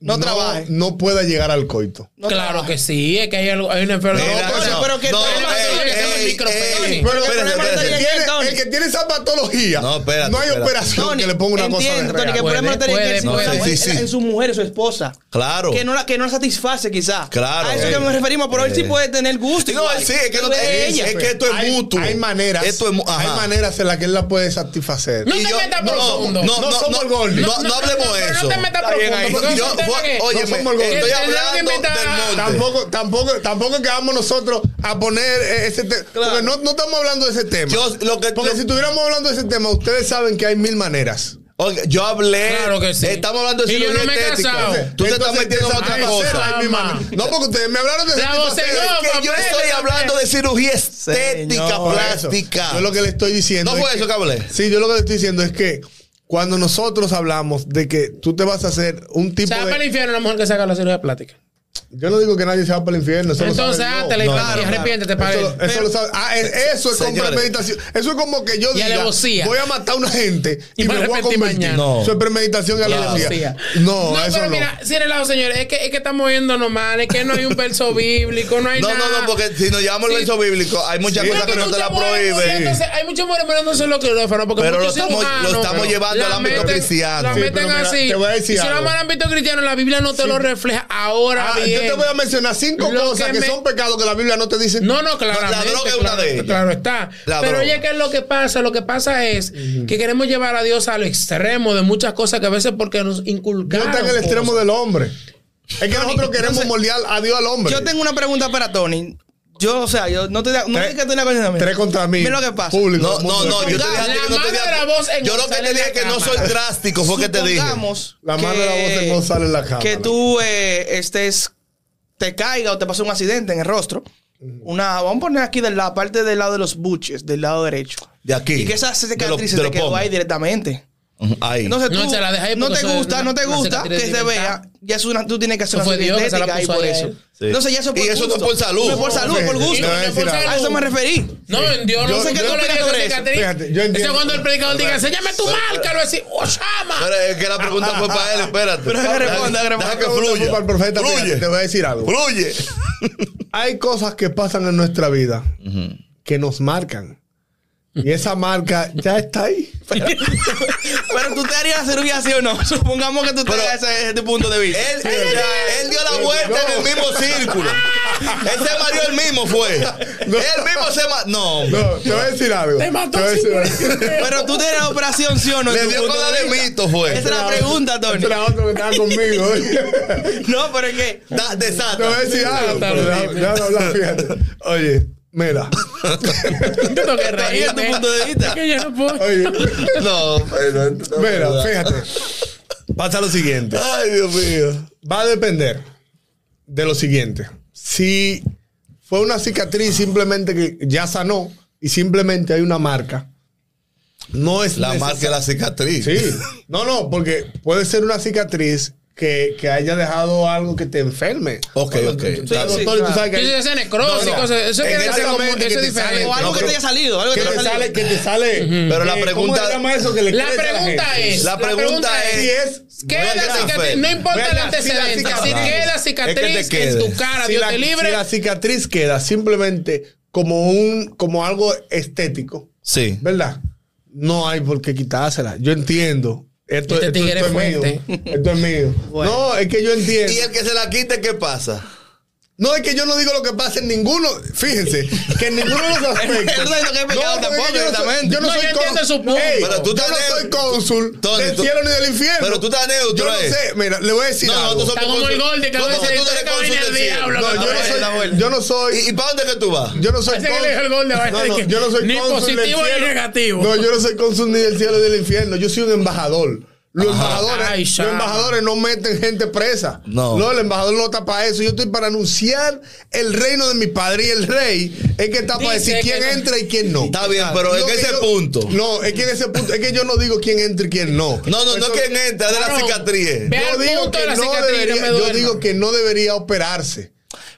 Speaker 3: No trabaje.
Speaker 1: no pueda llegar al coito.
Speaker 3: No
Speaker 4: claro
Speaker 3: trabaja.
Speaker 4: que sí, es que hay, algo, hay una enfermedad.
Speaker 2: Mira,
Speaker 3: pero- pero que-
Speaker 2: no,
Speaker 3: pero el
Speaker 2: ey,
Speaker 4: problema es que son los
Speaker 2: ey,
Speaker 4: micropenes.
Speaker 2: ey,
Speaker 4: Pero
Speaker 1: Pero
Speaker 2: espérate,
Speaker 1: el,
Speaker 2: espérate.
Speaker 3: problema no
Speaker 1: que
Speaker 3: estaría
Speaker 1: tiene,
Speaker 3: aquí, Tony.
Speaker 1: el que tiene esa patología,
Speaker 2: No, espérate,
Speaker 1: no hay
Speaker 2: espérate.
Speaker 1: operación
Speaker 3: Tony,
Speaker 1: que le ponga una
Speaker 3: entiendo,
Speaker 1: cosa de
Speaker 3: Tony, que el
Speaker 1: real.
Speaker 4: Puede,
Speaker 3: problema no tiene que
Speaker 4: puede,
Speaker 3: ver
Speaker 2: puede.
Speaker 3: en-
Speaker 2: Sí, sí, sí.
Speaker 3: en su mujer o su esposa.
Speaker 2: Claro.
Speaker 3: Que no la, que no la satisface, quizás.
Speaker 2: Claro.
Speaker 1: eh.
Speaker 3: A eso que
Speaker 2: Ey.
Speaker 3: nos referimos, pero él sí
Speaker 2: Ey.
Speaker 3: puede tener gusto.
Speaker 2: No,
Speaker 3: igual.
Speaker 2: sí, es que no
Speaker 3: Pero
Speaker 2: te-
Speaker 3: es ella.
Speaker 2: es que esto es
Speaker 1: hay,
Speaker 2: mutuo.
Speaker 1: Hay maneras,
Speaker 2: Esto es mu- ajá.
Speaker 1: hay maneras en las que él la puede satisfacer.
Speaker 4: No
Speaker 2: Y
Speaker 4: te
Speaker 2: yo-
Speaker 4: metas
Speaker 2: no,
Speaker 4: profundo.
Speaker 2: no,
Speaker 1: No
Speaker 2: no,
Speaker 1: somos
Speaker 2: no,
Speaker 1: gol.
Speaker 2: no, no hablemos
Speaker 4: no,
Speaker 2: de
Speaker 4: pero
Speaker 2: eso.
Speaker 4: No te metas
Speaker 3: Está bien ahí.
Speaker 4: profundo. porque
Speaker 2: Yo,
Speaker 4: son temas que-
Speaker 2: fue- óyeme,
Speaker 1: no somos el gol.
Speaker 2: estoy
Speaker 4: Que tenemos que
Speaker 2: hablando
Speaker 4: inventar-
Speaker 2: del monte.
Speaker 1: Tampoco, tampoco, tampoco que vamos nosotros a poner eh, ese tema.
Speaker 3: Claro.
Speaker 1: Porque no, no estamos hablando de ese tema.
Speaker 2: Yo, lo que,
Speaker 1: Porque
Speaker 2: lo-
Speaker 1: si estuviéramos hablando de ese tema, ustedes saben que hay mil maneras.
Speaker 2: Oiga, yo hablé.
Speaker 4: Claro que sí.
Speaker 2: Estamos hablando de
Speaker 4: Y yo
Speaker 2: cirugía
Speaker 4: no me he
Speaker 2: estética.
Speaker 4: casado.
Speaker 2: Tú te estás
Speaker 1: Entonces,
Speaker 2: metiendo en
Speaker 1: esa
Speaker 2: otra
Speaker 1: otra
Speaker 2: cosa.
Speaker 1: faceta, ay, mi
Speaker 4: Mamá.
Speaker 1: madre. No, porque ustedes me hablaron de ese
Speaker 4: La
Speaker 1: tema.
Speaker 4: vocegó,
Speaker 1: Ustedes-
Speaker 4: No,
Speaker 2: Es que yo
Speaker 4: papá,
Speaker 2: estoy
Speaker 4: no,
Speaker 2: hablando de cirugía estética,
Speaker 3: Señor.
Speaker 1: Por eso,
Speaker 2: plástica.
Speaker 1: Yo lo que le estoy diciendo.
Speaker 2: No
Speaker 1: es
Speaker 2: fue eso que hablé.
Speaker 1: Sí, yo lo que le estoy diciendo es que cuando nosotros hablamos de que tú te vas a hacer un
Speaker 4: Se
Speaker 1: tipo
Speaker 4: va para el
Speaker 1: de.
Speaker 4: infierno la mujer que saca la cirugía plástica.
Speaker 1: Yo no digo que nadie se va para el infierno. Eso
Speaker 4: Entonces, ah,
Speaker 1: lo sabe Dios.
Speaker 4: hátela y
Speaker 1: No,
Speaker 4: claro,
Speaker 1: no, claro.
Speaker 4: arrepiéntete para
Speaker 1: Eso,
Speaker 4: él.
Speaker 1: eso lo sabe. Ah, es- eso es con
Speaker 2: Señores.
Speaker 1: premeditación. Eso es como que yo
Speaker 4: Y
Speaker 1: diga,
Speaker 4: alevosía.
Speaker 1: voy a matar a una gente y,
Speaker 4: Y me
Speaker 1: me voy a
Speaker 4: arrepentí
Speaker 1: convertir.
Speaker 4: mañana.
Speaker 2: No.
Speaker 1: Eso es premeditación y alevosía.
Speaker 4: Alevosía.
Speaker 1: No, eso
Speaker 4: pero
Speaker 1: no.
Speaker 4: mira, si relajo, señores, es que, es que estamos yéndonos mal, es que no hay un verso bíblico, no hay
Speaker 2: No,
Speaker 4: nada.
Speaker 2: no, no, porque si nos llevamos el
Speaker 4: Sí.
Speaker 2: verso bíblico, hay muchas
Speaker 1: Sí.
Speaker 2: cosas que
Speaker 4: Pero
Speaker 2: no te
Speaker 4: muchas
Speaker 2: la
Speaker 4: mujeres
Speaker 2: prohíben.
Speaker 4: muriéndose- Hay muchas mujeres muriéndose en los quirófanos porque
Speaker 2: Pero lo
Speaker 4: muchos
Speaker 2: estamos- lo
Speaker 4: cirujanos
Speaker 2: estamos llevando
Speaker 4: la
Speaker 2: al ámbito
Speaker 4: meten-
Speaker 2: cristiano.
Speaker 4: La
Speaker 1: Sí,
Speaker 4: meten
Speaker 1: pero mira,
Speaker 4: así.
Speaker 1: te voy a decir
Speaker 4: y si lo
Speaker 1: algo.
Speaker 4: vamos al ámbito cristiano, la Biblia no te lo refleja ahora
Speaker 1: Ah, yo
Speaker 4: bien.
Speaker 1: te voy a mencionar cinco
Speaker 4: Lo
Speaker 1: cosas
Speaker 4: que
Speaker 1: que
Speaker 4: me-
Speaker 1: son pecados que la Biblia no te dice.
Speaker 4: No, no, claro.
Speaker 2: La droga es una de ellas.
Speaker 4: Claro está.
Speaker 2: La
Speaker 4: Pero
Speaker 2: droga.
Speaker 4: oye, ¿qué es lo que pasa? Lo que pasa es que queremos llevar a Dios al extremo de muchas cosas que a veces porque nos
Speaker 1: Dios
Speaker 4: inculcaron.
Speaker 1: está en el extremo del hombre. Es que nosotros queremos
Speaker 3: entonces,
Speaker 1: moldear a Dios al hombre.
Speaker 3: Yo tengo una pregunta para Tony. Yo, o sea, yo no te no
Speaker 1: Tres-
Speaker 3: sé que tú la conoces a mí.
Speaker 1: Tres contra mí.
Speaker 3: Mira lo que pasa.
Speaker 1: Público,
Speaker 2: No, no,
Speaker 1: mundo
Speaker 2: no, yo te dije
Speaker 3: Supongamos-
Speaker 2: a ti que no te
Speaker 4: La mano de la voz en
Speaker 2: Yo lo que
Speaker 4: González
Speaker 2: te dije es
Speaker 4: la
Speaker 2: que no soy
Speaker 4: cámara.
Speaker 2: drástico, fue que te dije.
Speaker 3: Supongamos
Speaker 1: La mano de la voz de González en la cámara.
Speaker 3: Que tú eh, estés, te caiga o te pase un accidente en el rostro. Una, vamos a poner aquí de la parte del lado de los buches, del lado derecho.
Speaker 2: De aquí.
Speaker 3: Y que esa
Speaker 2: Te lo-
Speaker 3: cicatriz
Speaker 2: te
Speaker 3: te
Speaker 2: lo
Speaker 3: quedó
Speaker 2: pongo.
Speaker 3: ahí directamente.
Speaker 2: Ujú, Ahí.
Speaker 3: Entonces tú
Speaker 4: No,
Speaker 3: no,
Speaker 4: se la deja ahí porque
Speaker 3: te
Speaker 4: eso es
Speaker 3: gusta,
Speaker 4: una-
Speaker 3: no te
Speaker 4: una
Speaker 3: gusta
Speaker 4: cicatriz
Speaker 3: que se
Speaker 4: inventada.
Speaker 3: vea. Ya es una, tú tienes que hacer
Speaker 4: Eso
Speaker 3: una
Speaker 4: fue Dios que se la
Speaker 3: estética ahí
Speaker 4: puso
Speaker 3: por
Speaker 4: ahí a
Speaker 3: eso.
Speaker 4: él.
Speaker 2: Sí.
Speaker 3: Entonces ya eso es por
Speaker 2: Y eso no es
Speaker 3: gusto.
Speaker 2: por salud.
Speaker 3: No es por salud, por
Speaker 1: Fíjate,
Speaker 3: gusto.
Speaker 1: yo voy a decir algo.
Speaker 3: A eso me referí.
Speaker 4: No, Dios no
Speaker 1: Yo- yo
Speaker 4: sé qué tú
Speaker 1: no
Speaker 4: le
Speaker 3: pienso sobre
Speaker 4: dices,
Speaker 3: eso.
Speaker 4: cicatriz.
Speaker 1: Fíjate, yo
Speaker 4: Eso
Speaker 1: entiendo.
Speaker 4: cuando el predicador diga, enséñame tu marca, lo decir, ¡oh,
Speaker 2: Pero
Speaker 4: chama!
Speaker 2: es que la pregunta fue para él, espérate.
Speaker 3: Pero que
Speaker 2: Deja-
Speaker 3: responda,
Speaker 2: deja
Speaker 3: que responda.
Speaker 2: que
Speaker 1: Pregunta
Speaker 2: fluya.
Speaker 1: para el profeta, fíjate, te voy a decir algo.
Speaker 2: Fluye.
Speaker 1: Hay cosas que pasan en nuestra vida que nos marcan. Y esa marca ya está ahí.
Speaker 3: Pero tú te harías la cirugía así o no. Supongamos que tú te
Speaker 2: Pero-
Speaker 3: hagas ese, ese punto de vista.
Speaker 2: Él, él- él dio la vuelta en el mismo círculo. Él se mareó el mismo, fue. Él mismo se mareó. No, hombre.
Speaker 1: No, te voy a decir algo.
Speaker 4: Te mató
Speaker 1: Te voy a decir
Speaker 4: sin
Speaker 1: algo.
Speaker 3: Pero tú te harías la operación sí o no. en
Speaker 2: Le
Speaker 3: tu
Speaker 2: dio
Speaker 3: punto
Speaker 2: con la
Speaker 3: de
Speaker 2: de
Speaker 3: vista.
Speaker 2: mito, fue.
Speaker 3: Esa es la pregunta, Tony.
Speaker 1: Este era otro que estaba conmigo. Te
Speaker 3: No, pero es que.
Speaker 2: Da-
Speaker 1: voy a
Speaker 2: desata.
Speaker 1: decir algo.
Speaker 4: Claro,
Speaker 1: pero ya-
Speaker 4: dime.
Speaker 1: ya no hablas, fíjate. Oye, mira.
Speaker 4: Yo tengo que
Speaker 3: Ahí es tu
Speaker 2: este
Speaker 4: reírme.
Speaker 3: punto de vista.
Speaker 4: Es que yo no puedo.
Speaker 1: Oye,
Speaker 2: No, pero- no,
Speaker 1: mira,
Speaker 2: verdad.
Speaker 1: fíjate. Pasa lo siguiente.
Speaker 2: Ay, Dios mío.
Speaker 1: Va a depender de lo siguiente. Si fue una cicatriz simplemente que ya sanó y simplemente hay una marca, no es
Speaker 2: La
Speaker 1: neces-
Speaker 2: marca de la cicatriz.
Speaker 1: Sí, no, no, porque puede ser una cicatriz que, que haya dejado algo que te enferme.
Speaker 2: Ok,
Speaker 1: Bueno,
Speaker 2: ok.
Speaker 1: tú- tú- tú-
Speaker 2: Sí,
Speaker 1: doctor,
Speaker 3: sí,
Speaker 1: tú
Speaker 3: claro.
Speaker 1: sabes que hay-
Speaker 4: Yo sé, necrosis,
Speaker 1: No, no.
Speaker 4: cosas. Eso que
Speaker 1: Exactamente,
Speaker 4: se como-
Speaker 1: que
Speaker 4: eso es
Speaker 1: te sale-
Speaker 4: diferente.
Speaker 3: O algo
Speaker 1: no,
Speaker 3: que
Speaker 1: pero-
Speaker 3: te haya salido. Algo que
Speaker 1: que
Speaker 3: te haya
Speaker 1: te
Speaker 3: salido.
Speaker 1: sale, que te sale.
Speaker 2: Pero la
Speaker 1: eh,
Speaker 2: pregunta-
Speaker 1: ¿Cómo se llama eso que le
Speaker 4: La
Speaker 1: crece a
Speaker 4: pregunta
Speaker 1: gente?
Speaker 4: es.
Speaker 2: La pregunta es-
Speaker 1: Si es
Speaker 4: ¿Qué es la
Speaker 2: Buena fe.
Speaker 4: cicatriz? No importa el
Speaker 1: Buena, sí, la
Speaker 4: antecedente. Si
Speaker 1: cicatriz.
Speaker 4: queda
Speaker 2: Es
Speaker 4: cicatriz
Speaker 2: que te
Speaker 4: en tu
Speaker 2: quede.
Speaker 4: cara,
Speaker 1: si
Speaker 4: Dios
Speaker 1: la-
Speaker 4: te libre.
Speaker 1: si la cicatriz queda simplemente como un como algo estético,
Speaker 2: Sí.
Speaker 1: ¿verdad? No hay por qué quitársela. Yo entiendo. Esto,
Speaker 4: Este
Speaker 1: esto-
Speaker 4: tigre
Speaker 1: esto es mío.
Speaker 4: fuerte.
Speaker 1: Esto es mío.
Speaker 3: Bueno.
Speaker 1: No, es que yo entiendo.
Speaker 2: ¿Y el que se la quite, qué pasa?
Speaker 1: No, es que yo no digo lo que pasa en ninguno. Fíjense, que en ninguno de los aspectos.
Speaker 3: Yo no digo que es pecado
Speaker 1: porque
Speaker 3: tampoco,
Speaker 1: yo no soy- yo no
Speaker 4: No,
Speaker 1: soy
Speaker 4: yo entiendo
Speaker 1: cónsul.
Speaker 4: su punto.
Speaker 1: Ey,
Speaker 2: Pero tú
Speaker 1: yo
Speaker 2: estás
Speaker 1: no
Speaker 2: neutro.
Speaker 1: soy cónsul
Speaker 2: Tony,
Speaker 1: del
Speaker 2: tú-
Speaker 1: cielo ni del infierno.
Speaker 2: Pero tú estás neutro,
Speaker 1: Yo no
Speaker 2: eh.
Speaker 1: sé, mira, le voy a decir algo.
Speaker 2: nosotros
Speaker 4: Está como el
Speaker 2: consul-
Speaker 4: Goldi que
Speaker 2: ¿Cómo
Speaker 4: a veces
Speaker 2: que tú
Speaker 4: dice,
Speaker 2: eres
Speaker 4: "Esta vaina
Speaker 2: consul
Speaker 4: del
Speaker 2: del
Speaker 4: diablo,
Speaker 2: cielo?
Speaker 1: No, yo no soy. Yo no soy.
Speaker 2: ¿Y, para dónde que tú vas?
Speaker 1: Yo no soy
Speaker 4: Ese que le dijo el
Speaker 1: cónsul.
Speaker 4: gol de vaina,
Speaker 1: No, no,
Speaker 4: que
Speaker 1: yo no soy
Speaker 4: ni
Speaker 1: cónsul del
Speaker 4: positivo ni
Speaker 1: cielo.
Speaker 4: negativo.
Speaker 1: No, yo no soy cónsul ni del cielo ni del infierno. Yo soy un embajador. Los embajadores,
Speaker 4: Ay,
Speaker 1: los
Speaker 4: chama.
Speaker 1: embajadores no meten gente presa.
Speaker 2: No.
Speaker 1: el embajador no está para eso. Yo estoy para anunciar el reino de mi padre y el rey es que está para
Speaker 4: Dice
Speaker 1: decir quién
Speaker 4: que no.
Speaker 1: entra y quién no.
Speaker 2: Está bien, pero
Speaker 1: Lo
Speaker 2: en
Speaker 1: que
Speaker 2: ese
Speaker 1: yo-
Speaker 2: punto.
Speaker 1: No, es que en ese punto, es que yo no digo quién entra y quién no.
Speaker 2: No, no, no
Speaker 1: Eso-
Speaker 2: es quien entra, es de la
Speaker 4: Claro.
Speaker 2: cicatriz.
Speaker 4: Ve
Speaker 1: yo
Speaker 4: al
Speaker 1: digo
Speaker 4: punto de
Speaker 1: que
Speaker 4: la
Speaker 1: no
Speaker 4: cicatriz, no
Speaker 1: debería-
Speaker 4: me
Speaker 1: yo
Speaker 4: duerma.
Speaker 1: digo que no debería operarse.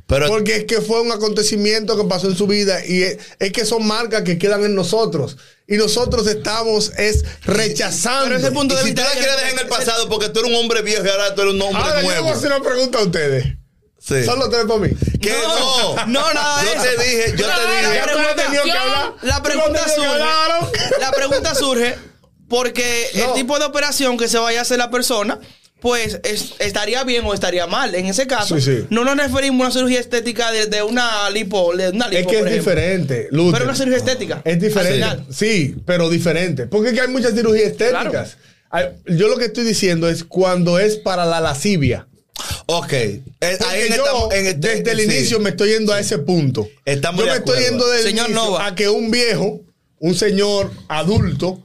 Speaker 2: Pero
Speaker 1: Porque es que fue un acontecimiento que pasó en su vida y es, es que son marcas que quedan en nosotros. Y nosotros estamos es rechazando.
Speaker 3: Pero ese punto
Speaker 2: y
Speaker 3: de
Speaker 2: si tú
Speaker 3: vista-
Speaker 2: la quieres dejar en el pasado porque tú eres un hombre viejo y ahora tú eres un hombre
Speaker 1: Ahora yo le voy
Speaker 2: nuevo.
Speaker 1: a hacer una pregunta a ustedes.
Speaker 2: Sí.
Speaker 1: Son los tres para mí.
Speaker 2: ¿Qué? No,
Speaker 3: no, nada de
Speaker 2: Yo
Speaker 3: eso.
Speaker 2: te dije, yo
Speaker 4: Nada
Speaker 2: te
Speaker 4: de
Speaker 2: dije.
Speaker 1: Tú
Speaker 4: eso.
Speaker 1: no has
Speaker 4: pregunta-
Speaker 1: tenido que
Speaker 4: yo-
Speaker 1: hablar.
Speaker 3: La
Speaker 1: Tú no has
Speaker 3: pregunta
Speaker 1: tenido que
Speaker 3: surge.
Speaker 1: hablar, Aaron.
Speaker 3: La pregunta surge porque
Speaker 1: No.
Speaker 3: el tipo de operación que se vaya a hacer la persona, pues es- estaría bien o estaría mal. En ese caso,
Speaker 1: Sí, sí.
Speaker 3: no nos referimos a una cirugía estética de, de una lipo, de una lipo,
Speaker 1: Es que
Speaker 3: por
Speaker 1: es
Speaker 3: ejemplo.
Speaker 1: diferente. Luther.
Speaker 3: Pero una cirugía estética.
Speaker 1: Es
Speaker 3: Al
Speaker 1: diferente.
Speaker 3: final.
Speaker 1: Sí, pero diferente. Porque es que hay muchas cirugías estéticas. Hay- Yo lo que estoy diciendo es cuando es para la lascivia.
Speaker 2: Ok. Eh, Ahí
Speaker 1: Porque
Speaker 2: en
Speaker 1: yo,
Speaker 2: esta- en este-
Speaker 1: desde el
Speaker 2: sí.
Speaker 1: inicio me estoy yendo a ese punto.
Speaker 2: Estamos
Speaker 1: yo
Speaker 2: de
Speaker 1: me estoy
Speaker 2: acuerdo.
Speaker 1: yendo del
Speaker 3: Señor
Speaker 1: inicio
Speaker 3: Nova.
Speaker 1: a que un viejo, un señor adulto,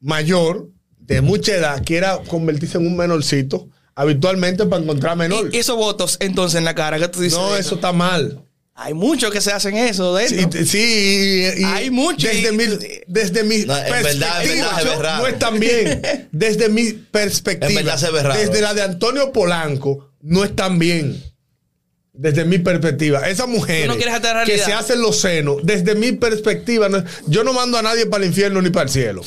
Speaker 1: mayor, de mucha edad, quiera convertirse en un menorcito, habitualmente para encontrar menor.
Speaker 3: Y esos votos entonces en la cara que tú dices.
Speaker 1: no, eso está mal.
Speaker 3: Hay muchos que se hacen eso. De
Speaker 1: Sí,
Speaker 3: esto.
Speaker 1: y- sí, y- y-
Speaker 3: Hay mucho,
Speaker 1: Desde
Speaker 3: y-
Speaker 1: mi, desde mi
Speaker 2: No, en
Speaker 1: perspectiva,
Speaker 2: verdad, en verdad se ve
Speaker 1: yo-
Speaker 2: raro.
Speaker 1: no es tan bien. Desde mi perspectiva,
Speaker 2: En verdad se ve raro.
Speaker 1: desde la de Antonio Polanco, no es tan bien. Desde mi perspectiva, esas mujeres
Speaker 3: Tú no quieres atar
Speaker 1: que
Speaker 3: realidad.
Speaker 1: se hacen los senos, desde mi perspectiva, no es- yo no mando a nadie para el infierno ni para el cielo.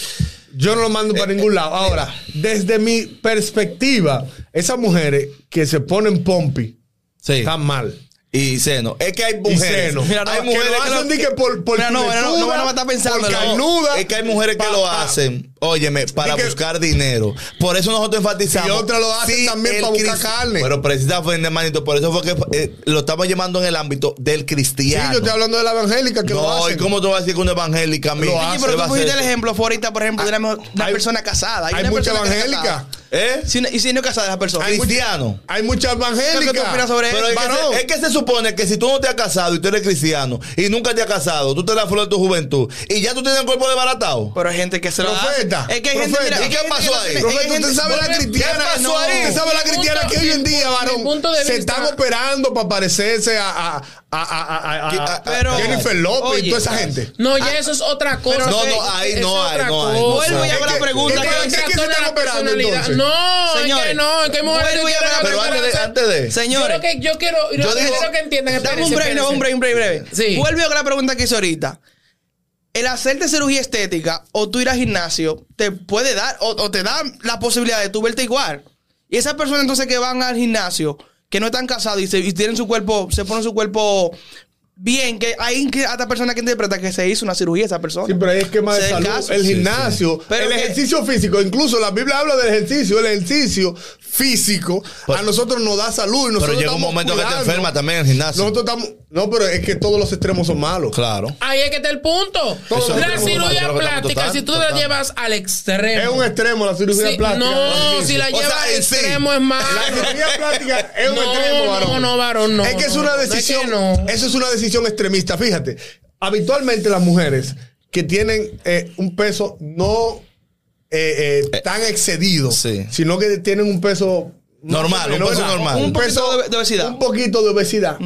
Speaker 1: Yo no lo mando para ningún lado. Ahora, desde mi perspectiva, esas mujeres que se ponen pompi
Speaker 2: Sí.
Speaker 1: están mal
Speaker 2: Y seno. Es que hay
Speaker 1: y
Speaker 2: mujeres.
Speaker 1: seno.
Speaker 3: Mira, no,
Speaker 1: hay
Speaker 3: que
Speaker 1: mujeres
Speaker 3: lo
Speaker 1: que lo
Speaker 3: hacen
Speaker 1: hacen
Speaker 3: que-
Speaker 1: que por por
Speaker 3: Mira, no, no, no, no,
Speaker 1: pletuda,
Speaker 3: no van a estar pensando,
Speaker 1: por
Speaker 3: no.
Speaker 1: carnuda.
Speaker 2: Es que hay mujeres
Speaker 1: Pa-
Speaker 2: que lo
Speaker 1: pa-
Speaker 2: hacen, óyeme, para
Speaker 1: que-
Speaker 2: buscar dinero. Por eso nosotros enfatizamos.
Speaker 1: Y otras lo hacen también
Speaker 2: el
Speaker 1: para buscar
Speaker 2: cris-
Speaker 1: carne.
Speaker 2: Pero precisamente, manito, por eso fue que eh, lo estamos llamando en el ámbito del
Speaker 1: Sí,
Speaker 2: cristiano.
Speaker 1: yo estoy hablando de la evangélica que lo
Speaker 2: no, ¿y
Speaker 1: hacen.
Speaker 2: cómo tú vas a decir que una evangélica mía?
Speaker 1: Lo
Speaker 3: Oye,
Speaker 1: hace,
Speaker 3: pero
Speaker 2: va
Speaker 3: tú
Speaker 2: a
Speaker 3: pusiste
Speaker 2: hacer-
Speaker 3: el ejemplo fue ahorita, por ejemplo, de una, una
Speaker 1: Ah, hay-
Speaker 3: persona casada.
Speaker 1: hay
Speaker 3: una
Speaker 1: mucha
Speaker 3: persona que está
Speaker 1: evangélica.
Speaker 3: casada.
Speaker 2: ¿Eh?
Speaker 3: Si no- Y si no casada esa persona.
Speaker 1: Hay mucha-
Speaker 2: Cristiano.
Speaker 1: Hay muchas evangélicas.
Speaker 3: ¿Qué tú opinas sobre
Speaker 2: Pero es que,
Speaker 1: Varón.
Speaker 2: se, es que se supone que si tú no te has casado y tú eres cristiano y nunca te has casado, tú te la flor de tu juventud y ya tú tienes el cuerpo desbaratado.
Speaker 3: Pero hay gente que se lo
Speaker 1: Profeta,
Speaker 3: hace. Es que hay
Speaker 1: profeta.
Speaker 3: gente. mira,
Speaker 1: ¿Y
Speaker 2: qué
Speaker 3: hay gente
Speaker 2: pasó
Speaker 3: que no
Speaker 2: ahí?
Speaker 3: tiene-
Speaker 1: Profeta,
Speaker 3: hay gente-
Speaker 1: usted sabe la
Speaker 4: Volve-
Speaker 1: cristiana.
Speaker 2: ¿Qué pasó
Speaker 1: No.
Speaker 2: ahí?
Speaker 1: Usted sabe la
Speaker 4: Mi
Speaker 1: cristiana
Speaker 4: punto-
Speaker 1: que hoy en
Speaker 4: mi
Speaker 1: día,
Speaker 4: punto-
Speaker 1: varón,
Speaker 4: mi punto de
Speaker 1: se
Speaker 4: vista-
Speaker 1: están operando para parecerse a, a, a, a- a- a- a-
Speaker 2: Pero-
Speaker 1: Jennifer López y
Speaker 3: Oye,
Speaker 1: toda esa gente.
Speaker 4: No, ya eso es otra cosa.
Speaker 2: no,
Speaker 4: que-
Speaker 2: no, ahí
Speaker 4: eso
Speaker 2: no hay,
Speaker 4: es otra
Speaker 2: no hay, no
Speaker 4: cosa.
Speaker 3: Vuelvo y
Speaker 2: Es
Speaker 3: hago la
Speaker 2: que-
Speaker 3: pregunta.
Speaker 1: es
Speaker 3: que-
Speaker 1: que-
Speaker 4: Hay
Speaker 1: ¿De qué se
Speaker 4: trastorno
Speaker 1: están
Speaker 4: de la
Speaker 1: operando,
Speaker 4: personalidad.
Speaker 1: entonces?
Speaker 4: No, es que
Speaker 3: Señores,
Speaker 4: no, es que hay mujeres
Speaker 3: vuelvo y
Speaker 4: que
Speaker 3: hago la
Speaker 4: quieren
Speaker 2: Pero antes de,
Speaker 4: operarse.
Speaker 2: antes de-
Speaker 4: Yo
Speaker 3: Señores,
Speaker 4: lo que yo quiero, yo
Speaker 2: digo-
Speaker 4: quiero que entiendan
Speaker 3: dame un
Speaker 4: espérense,
Speaker 3: break, no,
Speaker 4: espérense.
Speaker 3: un break, un break, breve.
Speaker 4: Sí.
Speaker 3: Vuelvo a la pregunta que hice ahorita. El hacerte cirugía estética o tú ir al gimnasio te puede dar o, o te da la posibilidad de tú verte igual. Y esas personas entonces que van al gimnasio, que no están casadas y, se- y tienen su cuerpo, se ponen su cuerpo bien, que hay incre- hasta personas que interpretan que se hizo una cirugía esa persona.
Speaker 1: Sí, pero hay esquema
Speaker 3: Se
Speaker 1: de salud,
Speaker 3: caso.
Speaker 1: el
Speaker 2: Sí,
Speaker 1: gimnasio,
Speaker 3: Pero
Speaker 1: el
Speaker 3: que-
Speaker 1: ejercicio físico, incluso la Biblia habla del ejercicio, el ejercicio físico
Speaker 2: Pero-
Speaker 1: a nosotros nos da salud y nosotros
Speaker 2: Pues, pero llega un
Speaker 1: estamos
Speaker 2: momento que te
Speaker 1: cuidando.
Speaker 2: enferma también en el gimnasio.
Speaker 1: Nosotros estamos, no, pero es que todos los extremos son malos.
Speaker 2: claro.
Speaker 4: Ahí es que está el punto.
Speaker 1: Eso es lo
Speaker 4: La
Speaker 1: que-
Speaker 2: eso es
Speaker 4: cirugía
Speaker 2: lo que estamos
Speaker 4: plástica,
Speaker 2: tocando,
Speaker 4: si tú la
Speaker 2: tocando.
Speaker 4: llevas al extremo.
Speaker 1: Es un extremo la cirugía
Speaker 4: Sí,
Speaker 1: plástica.
Speaker 4: No,
Speaker 1: al
Speaker 4: si la
Speaker 1: inicio.
Speaker 2: O sea,
Speaker 4: llevas al
Speaker 2: en sí.
Speaker 4: extremo es malo.
Speaker 1: La cirugía plástica es un
Speaker 4: No,
Speaker 1: extremo, varón.
Speaker 4: no, no, varón, no,
Speaker 1: Es que es una
Speaker 4: no, no, es que
Speaker 1: decisión.
Speaker 4: no.
Speaker 1: Eso es una decisión extremista. Fíjate, habitualmente las mujeres que tienen eh, un peso no eh, eh, tan excedido,
Speaker 2: sí.
Speaker 1: sino que tienen un peso
Speaker 2: Normal, un peso
Speaker 1: ¿verdad?
Speaker 2: normal.
Speaker 1: Un
Speaker 3: Un poquito
Speaker 1: peso
Speaker 3: de- de obesidad.
Speaker 1: Un poquito de obesidad.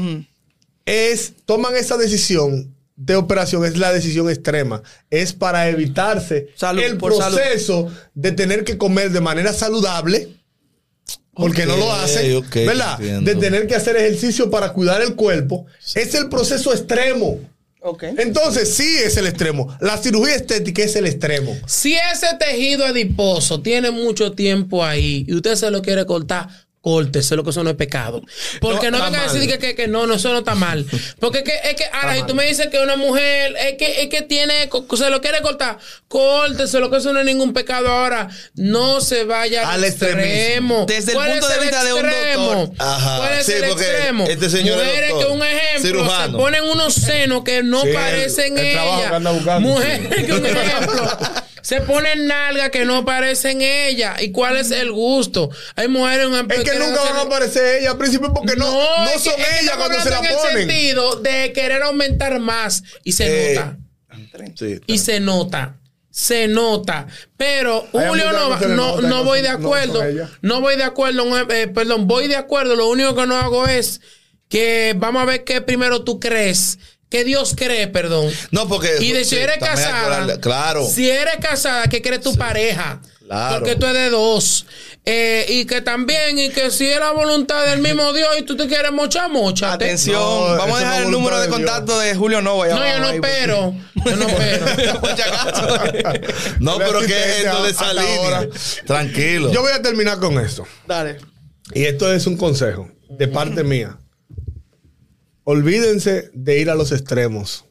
Speaker 1: Es, toman esa decisión de operación es la decisión extrema. Es para evitarse
Speaker 3: Salud,
Speaker 1: el
Speaker 3: por salud.
Speaker 1: proceso de tener que comer de manera saludable. Porque no lo
Speaker 2: Ok,
Speaker 1: hacen,
Speaker 2: ok,
Speaker 1: ¿verdad?
Speaker 2: entiendo.
Speaker 1: De tener que hacer ejercicio para cuidar el cuerpo. Es el proceso extremo.
Speaker 3: Ok.
Speaker 1: Entonces, sí es el extremo. La cirugía estética es el extremo.
Speaker 4: Si ese tejido adiposo tiene mucho tiempo ahí y usted se lo quiere cortar, córtese lo que eso no es pecado. Porque
Speaker 1: No,
Speaker 4: no,
Speaker 1: está
Speaker 4: venga a
Speaker 1: mal.
Speaker 4: decir que, que, que no, no, eso no está mal. Porque es que, es que ahora, si tú me dices que una mujer es que, es que tiene, co- se lo quiere cortar, córtese lo que eso no es ningún pecado ahora. No se vaya
Speaker 1: Al extremismo.
Speaker 3: Desde el
Speaker 4: ¿Cuál
Speaker 3: punto
Speaker 4: es
Speaker 3: de vista de un
Speaker 4: extremo?
Speaker 3: doctor.
Speaker 2: Ajá,
Speaker 4: ¿Cuál es
Speaker 2: sí,
Speaker 4: el
Speaker 2: porque
Speaker 4: extremo?
Speaker 2: este señor es
Speaker 4: Mujeres
Speaker 2: doctor,
Speaker 4: que un ejemplo
Speaker 2: cirujano.
Speaker 4: se ponen unos senos que no
Speaker 1: Sí, el-
Speaker 4: parecen
Speaker 1: el trabajo que anda
Speaker 4: ella.
Speaker 1: buscando,
Speaker 4: Mujeres
Speaker 1: sí.
Speaker 4: que un ejemplo se ponen nalgas que no parecen ella. ¿Y cuál es el gusto? Hay mujeres un
Speaker 1: Es que nunca van a aparecer ellas al principio porque no, no,
Speaker 4: es que-
Speaker 1: son
Speaker 4: es que
Speaker 1: ellas
Speaker 4: estamos
Speaker 1: cuando se la
Speaker 4: hablando en el
Speaker 1: ponen.
Speaker 4: sentido de querer aumentar más y se
Speaker 2: Eh,
Speaker 4: nota.
Speaker 2: Sí,
Speaker 4: Y se nota. Se nota. Pero
Speaker 1: Hay
Speaker 4: Julio
Speaker 1: muchas
Speaker 4: no,
Speaker 1: que
Speaker 4: va-
Speaker 1: se le
Speaker 4: no,
Speaker 1: nota,
Speaker 4: no
Speaker 1: no
Speaker 4: voy
Speaker 1: son-
Speaker 4: de
Speaker 1: no
Speaker 4: acuerdo.
Speaker 1: son
Speaker 4: No,
Speaker 1: ellas.
Speaker 4: voy de acuerdo. no, eh, perdón, voy de acuerdo. Lo único que no hago es que vamos a ver qué primero tú crees. Que Dios cree, perdón.
Speaker 2: No, porque.
Speaker 4: Y de
Speaker 2: sí,
Speaker 4: si eres
Speaker 2: también hay que
Speaker 4: casada,
Speaker 2: hablar- Claro.
Speaker 4: si eres casada, que crees tu pareja?
Speaker 2: claro.
Speaker 4: Porque tú eres de dos. Eh, y que también, y que si es la voluntad del mismo Dios y tú te quieres mocha, mocha.
Speaker 3: Atención,
Speaker 1: No, eso
Speaker 3: vamos a dejar
Speaker 1: no
Speaker 3: el número
Speaker 1: voluntad de
Speaker 3: de
Speaker 1: Dios.
Speaker 3: contacto de Julio Nova.
Speaker 4: No, yo no pero. Yo no pero.
Speaker 3: Por si acaso.
Speaker 2: No,
Speaker 1: La
Speaker 2: pero que
Speaker 1: asistencia
Speaker 2: esto de esa
Speaker 1: hasta
Speaker 2: línea.
Speaker 1: ahora.
Speaker 2: Tranquilo.
Speaker 1: Yo voy a terminar con esto.
Speaker 3: Dale.
Speaker 1: Y esto es un consejo de parte mía. Olvídense de ir a los extremos.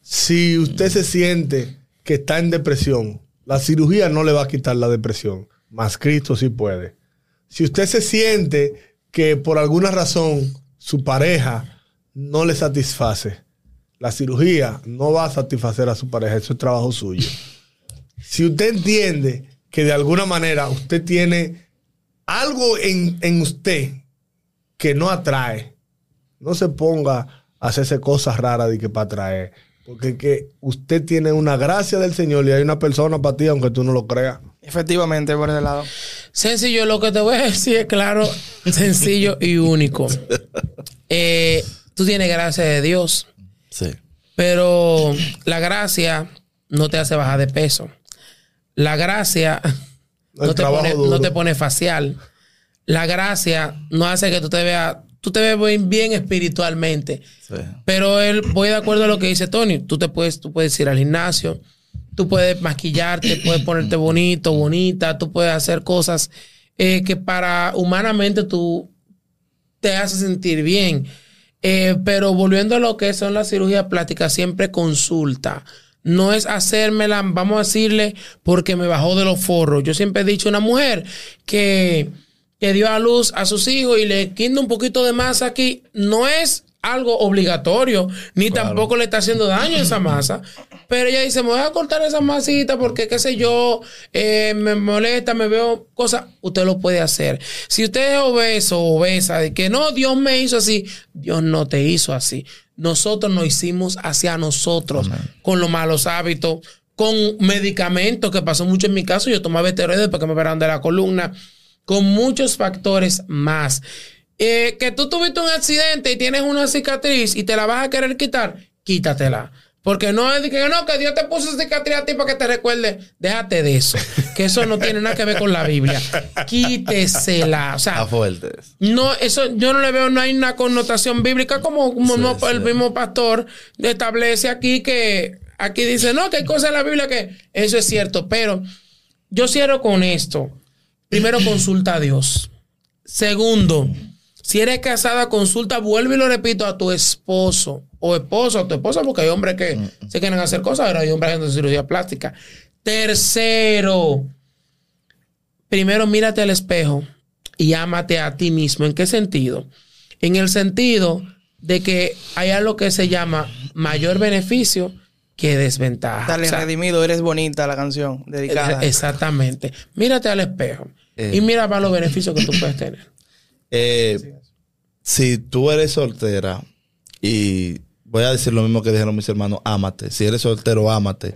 Speaker 1: Si usted se siente que está en depresión, la cirugía no le va a quitar la depresión. Más Cristo sí puede. Si usted se siente que por alguna razón su pareja no le satisface, la cirugía no va a satisfacer a su pareja. Eso es trabajo suyo. Si usted entiende que de alguna manera usted tiene algo en, en usted que no atrae, no se ponga a hacerse cosas raras de que para atraer. Porque que usted tiene una gracia del Señor y hay una persona para ti, aunque tú no lo creas.
Speaker 3: Efectivamente, por ese lado.
Speaker 4: Sencillo, lo que te voy a decir es claro, sencillo y único. Eh, tú tienes gracia de Dios,
Speaker 2: Sí.
Speaker 4: pero la gracia no te hace bajar de peso. La gracia
Speaker 1: El
Speaker 4: no te,
Speaker 1: trabajo
Speaker 4: pone,
Speaker 1: duro.
Speaker 4: no te pone facial. La gracia no hace que tú te veas, tú te ves bien, bien espiritualmente.
Speaker 2: sí.
Speaker 4: Pero él, voy de acuerdo a lo que dice Tony. Tú te puedes, tú puedes ir al gimnasio, tú puedes maquillarte, puedes ponerte bonito, bonita, tú puedes hacer cosas eh, que para humanamente tú te hace sentir bien. Eh, pero volviendo a lo que son las cirugías plásticas, siempre consulta. No es hacérmela, vamos a decirle, porque me bajó de los forros. Yo siempre he dicho a una mujer que, que dio a luz a sus hijos y le quinda un poquito de masa aquí, no es algo obligatorio, ni tampoco le está haciendo daño a esa masa. Pero ella dice, me voy a cortar esa masita porque, qué sé yo, eh, me molesta, me veo cosas. Usted lo puede hacer. Si usted es obeso o obesa, de que no, Dios me hizo así, Dios no te hizo así. Nosotros nos hicimos hacia nosotros con los malos hábitos, con medicamentos, que pasó mucho en mi caso. Yo tomaba esteroides porque me operaron de la columna, con muchos factores más. Eh, que tú tuviste un accidente y tienes una cicatriz y te la vas a querer quitar, quítatela. Porque no es de que no, que Dios te puso cicatriz a ti para que te recuerde. Déjate de eso. Que eso no tiene nada que ver con la Biblia. Quítesela. O sea,
Speaker 2: Está fuerte. eso.
Speaker 4: no, eso yo no le veo, no hay una connotación bíblica como, como
Speaker 2: Sí,
Speaker 4: no-
Speaker 2: sí.
Speaker 4: el mismo pastor establece aquí que aquí dice, no, que hay cosas en la Biblia que eso es cierto, pero yo cierro con esto. Primero, consulta a Dios. Segundo, si eres casada, consulta, vuelvo y lo repito, a tu esposo o esposa, a tu esposa, porque hay hombres que se quieren hacer cosas, pero hay hombres haciendo cirugía plástica. Tercero, primero mírate al espejo y ámate a ti mismo. ¿En qué sentido? En el sentido de que hay algo que se llama mayor beneficio que desventaja.
Speaker 3: Dale,
Speaker 4: Ah, O sea,
Speaker 3: redimido, eres bonita la canción dedicada.
Speaker 4: Eh, Exactamente. Mírate al espejo
Speaker 2: Eh.
Speaker 4: y mira para los beneficios que tú puedes tener.
Speaker 2: Eh, si tú eres soltera y voy a decir lo mismo que dijeron mis hermanos, ámate. Si eres soltero, ámate.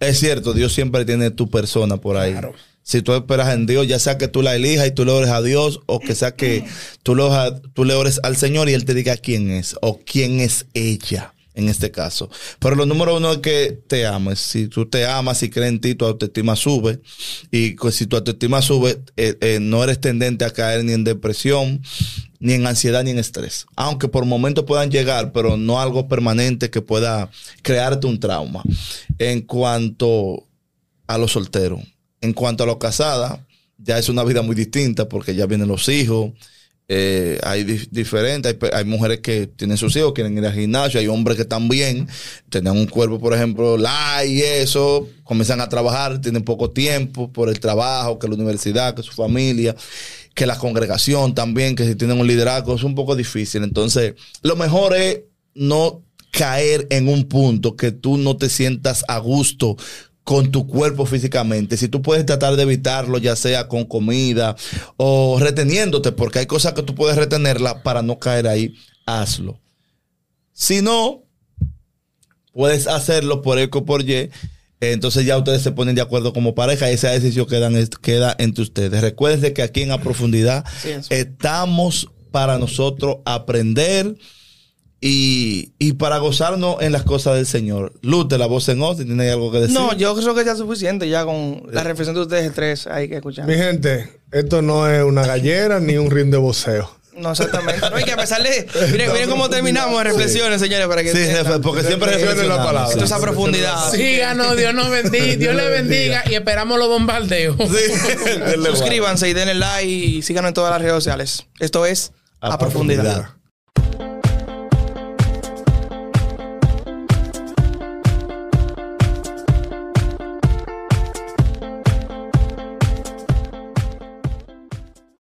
Speaker 2: Es cierto, Dios siempre tiene tu persona por ahí.
Speaker 4: Claro.
Speaker 2: Si tú esperas en Dios, ya sea que tú la elijas y tú le ores a Dios, o que sea que tú le, ores a- tú le ores al Señor y Él te diga quién es o quién es ella. en este caso. Pero lo número uno es que te ames. Si tú te amas y crees en ti, tu autoestima sube. Y co- si tu autoestima sube, eh, eh, no eres tendente a caer ni en depresión, ni en ansiedad, ni en estrés. Aunque por momentos puedan llegar, pero no algo permanente que pueda crearte un trauma. En cuanto a los solteros. En cuanto a los casadas, ya es una vida muy distinta porque ya vienen los hijos. eh, hay di- diferentes, hay, pe- hay mujeres que tienen sus hijos, quieren ir al gimnasio, hay hombres que también tenían un cuerpo, por ejemplo, la y eso, comienzan a trabajar, tienen poco tiempo por el trabajo, que la universidad, que su familia, que la congregación también, que si tienen un liderazgo, es un poco difícil. Entonces, lo mejor es no caer en un punto que tú no te sientas a gusto con tu cuerpo físicamente. Si tú puedes tratar de evitarlo, ya sea con comida o reteniéndote, porque hay cosas que tú puedes retenerla para no caer ahí, hazlo. Si no, puedes hacerlo por X o por Y. Entonces ya ustedes se ponen de acuerdo como pareja y esa decisión queda, en- queda entre ustedes. Recuerden de que aquí en A Profundidad
Speaker 3: Sí, eso.
Speaker 2: estamos para nosotros aprender y, y para gozarnos en las cosas del Señor. Luz de la voz en off, si tiene algo que decir.
Speaker 3: No, yo creo que ya es suficiente ya con la reflexión de ustedes tres hay que escuchar.
Speaker 1: Mi gente, esto no es una gallera ni un ring de voceo.
Speaker 3: No, exactamente. No, y que a pesar de. Miren, miren cómo terminamos en reflexiones, señores, para que.
Speaker 2: Sí,
Speaker 3: entiendan.
Speaker 2: jefe, porque siempre
Speaker 1: Reflexiona la
Speaker 2: reflexionamos.
Speaker 1: palabra.
Speaker 2: Sí.
Speaker 3: Esto es a profundidad.
Speaker 4: Síganos, Dios nos bendiga, Dios les bendiga y esperamos los bombardeos.
Speaker 2: Sí.
Speaker 3: Suscríbanse y denle like y síganos en todas las redes sociales. Esto es A,
Speaker 2: A
Speaker 3: profundidad.
Speaker 2: profundidad.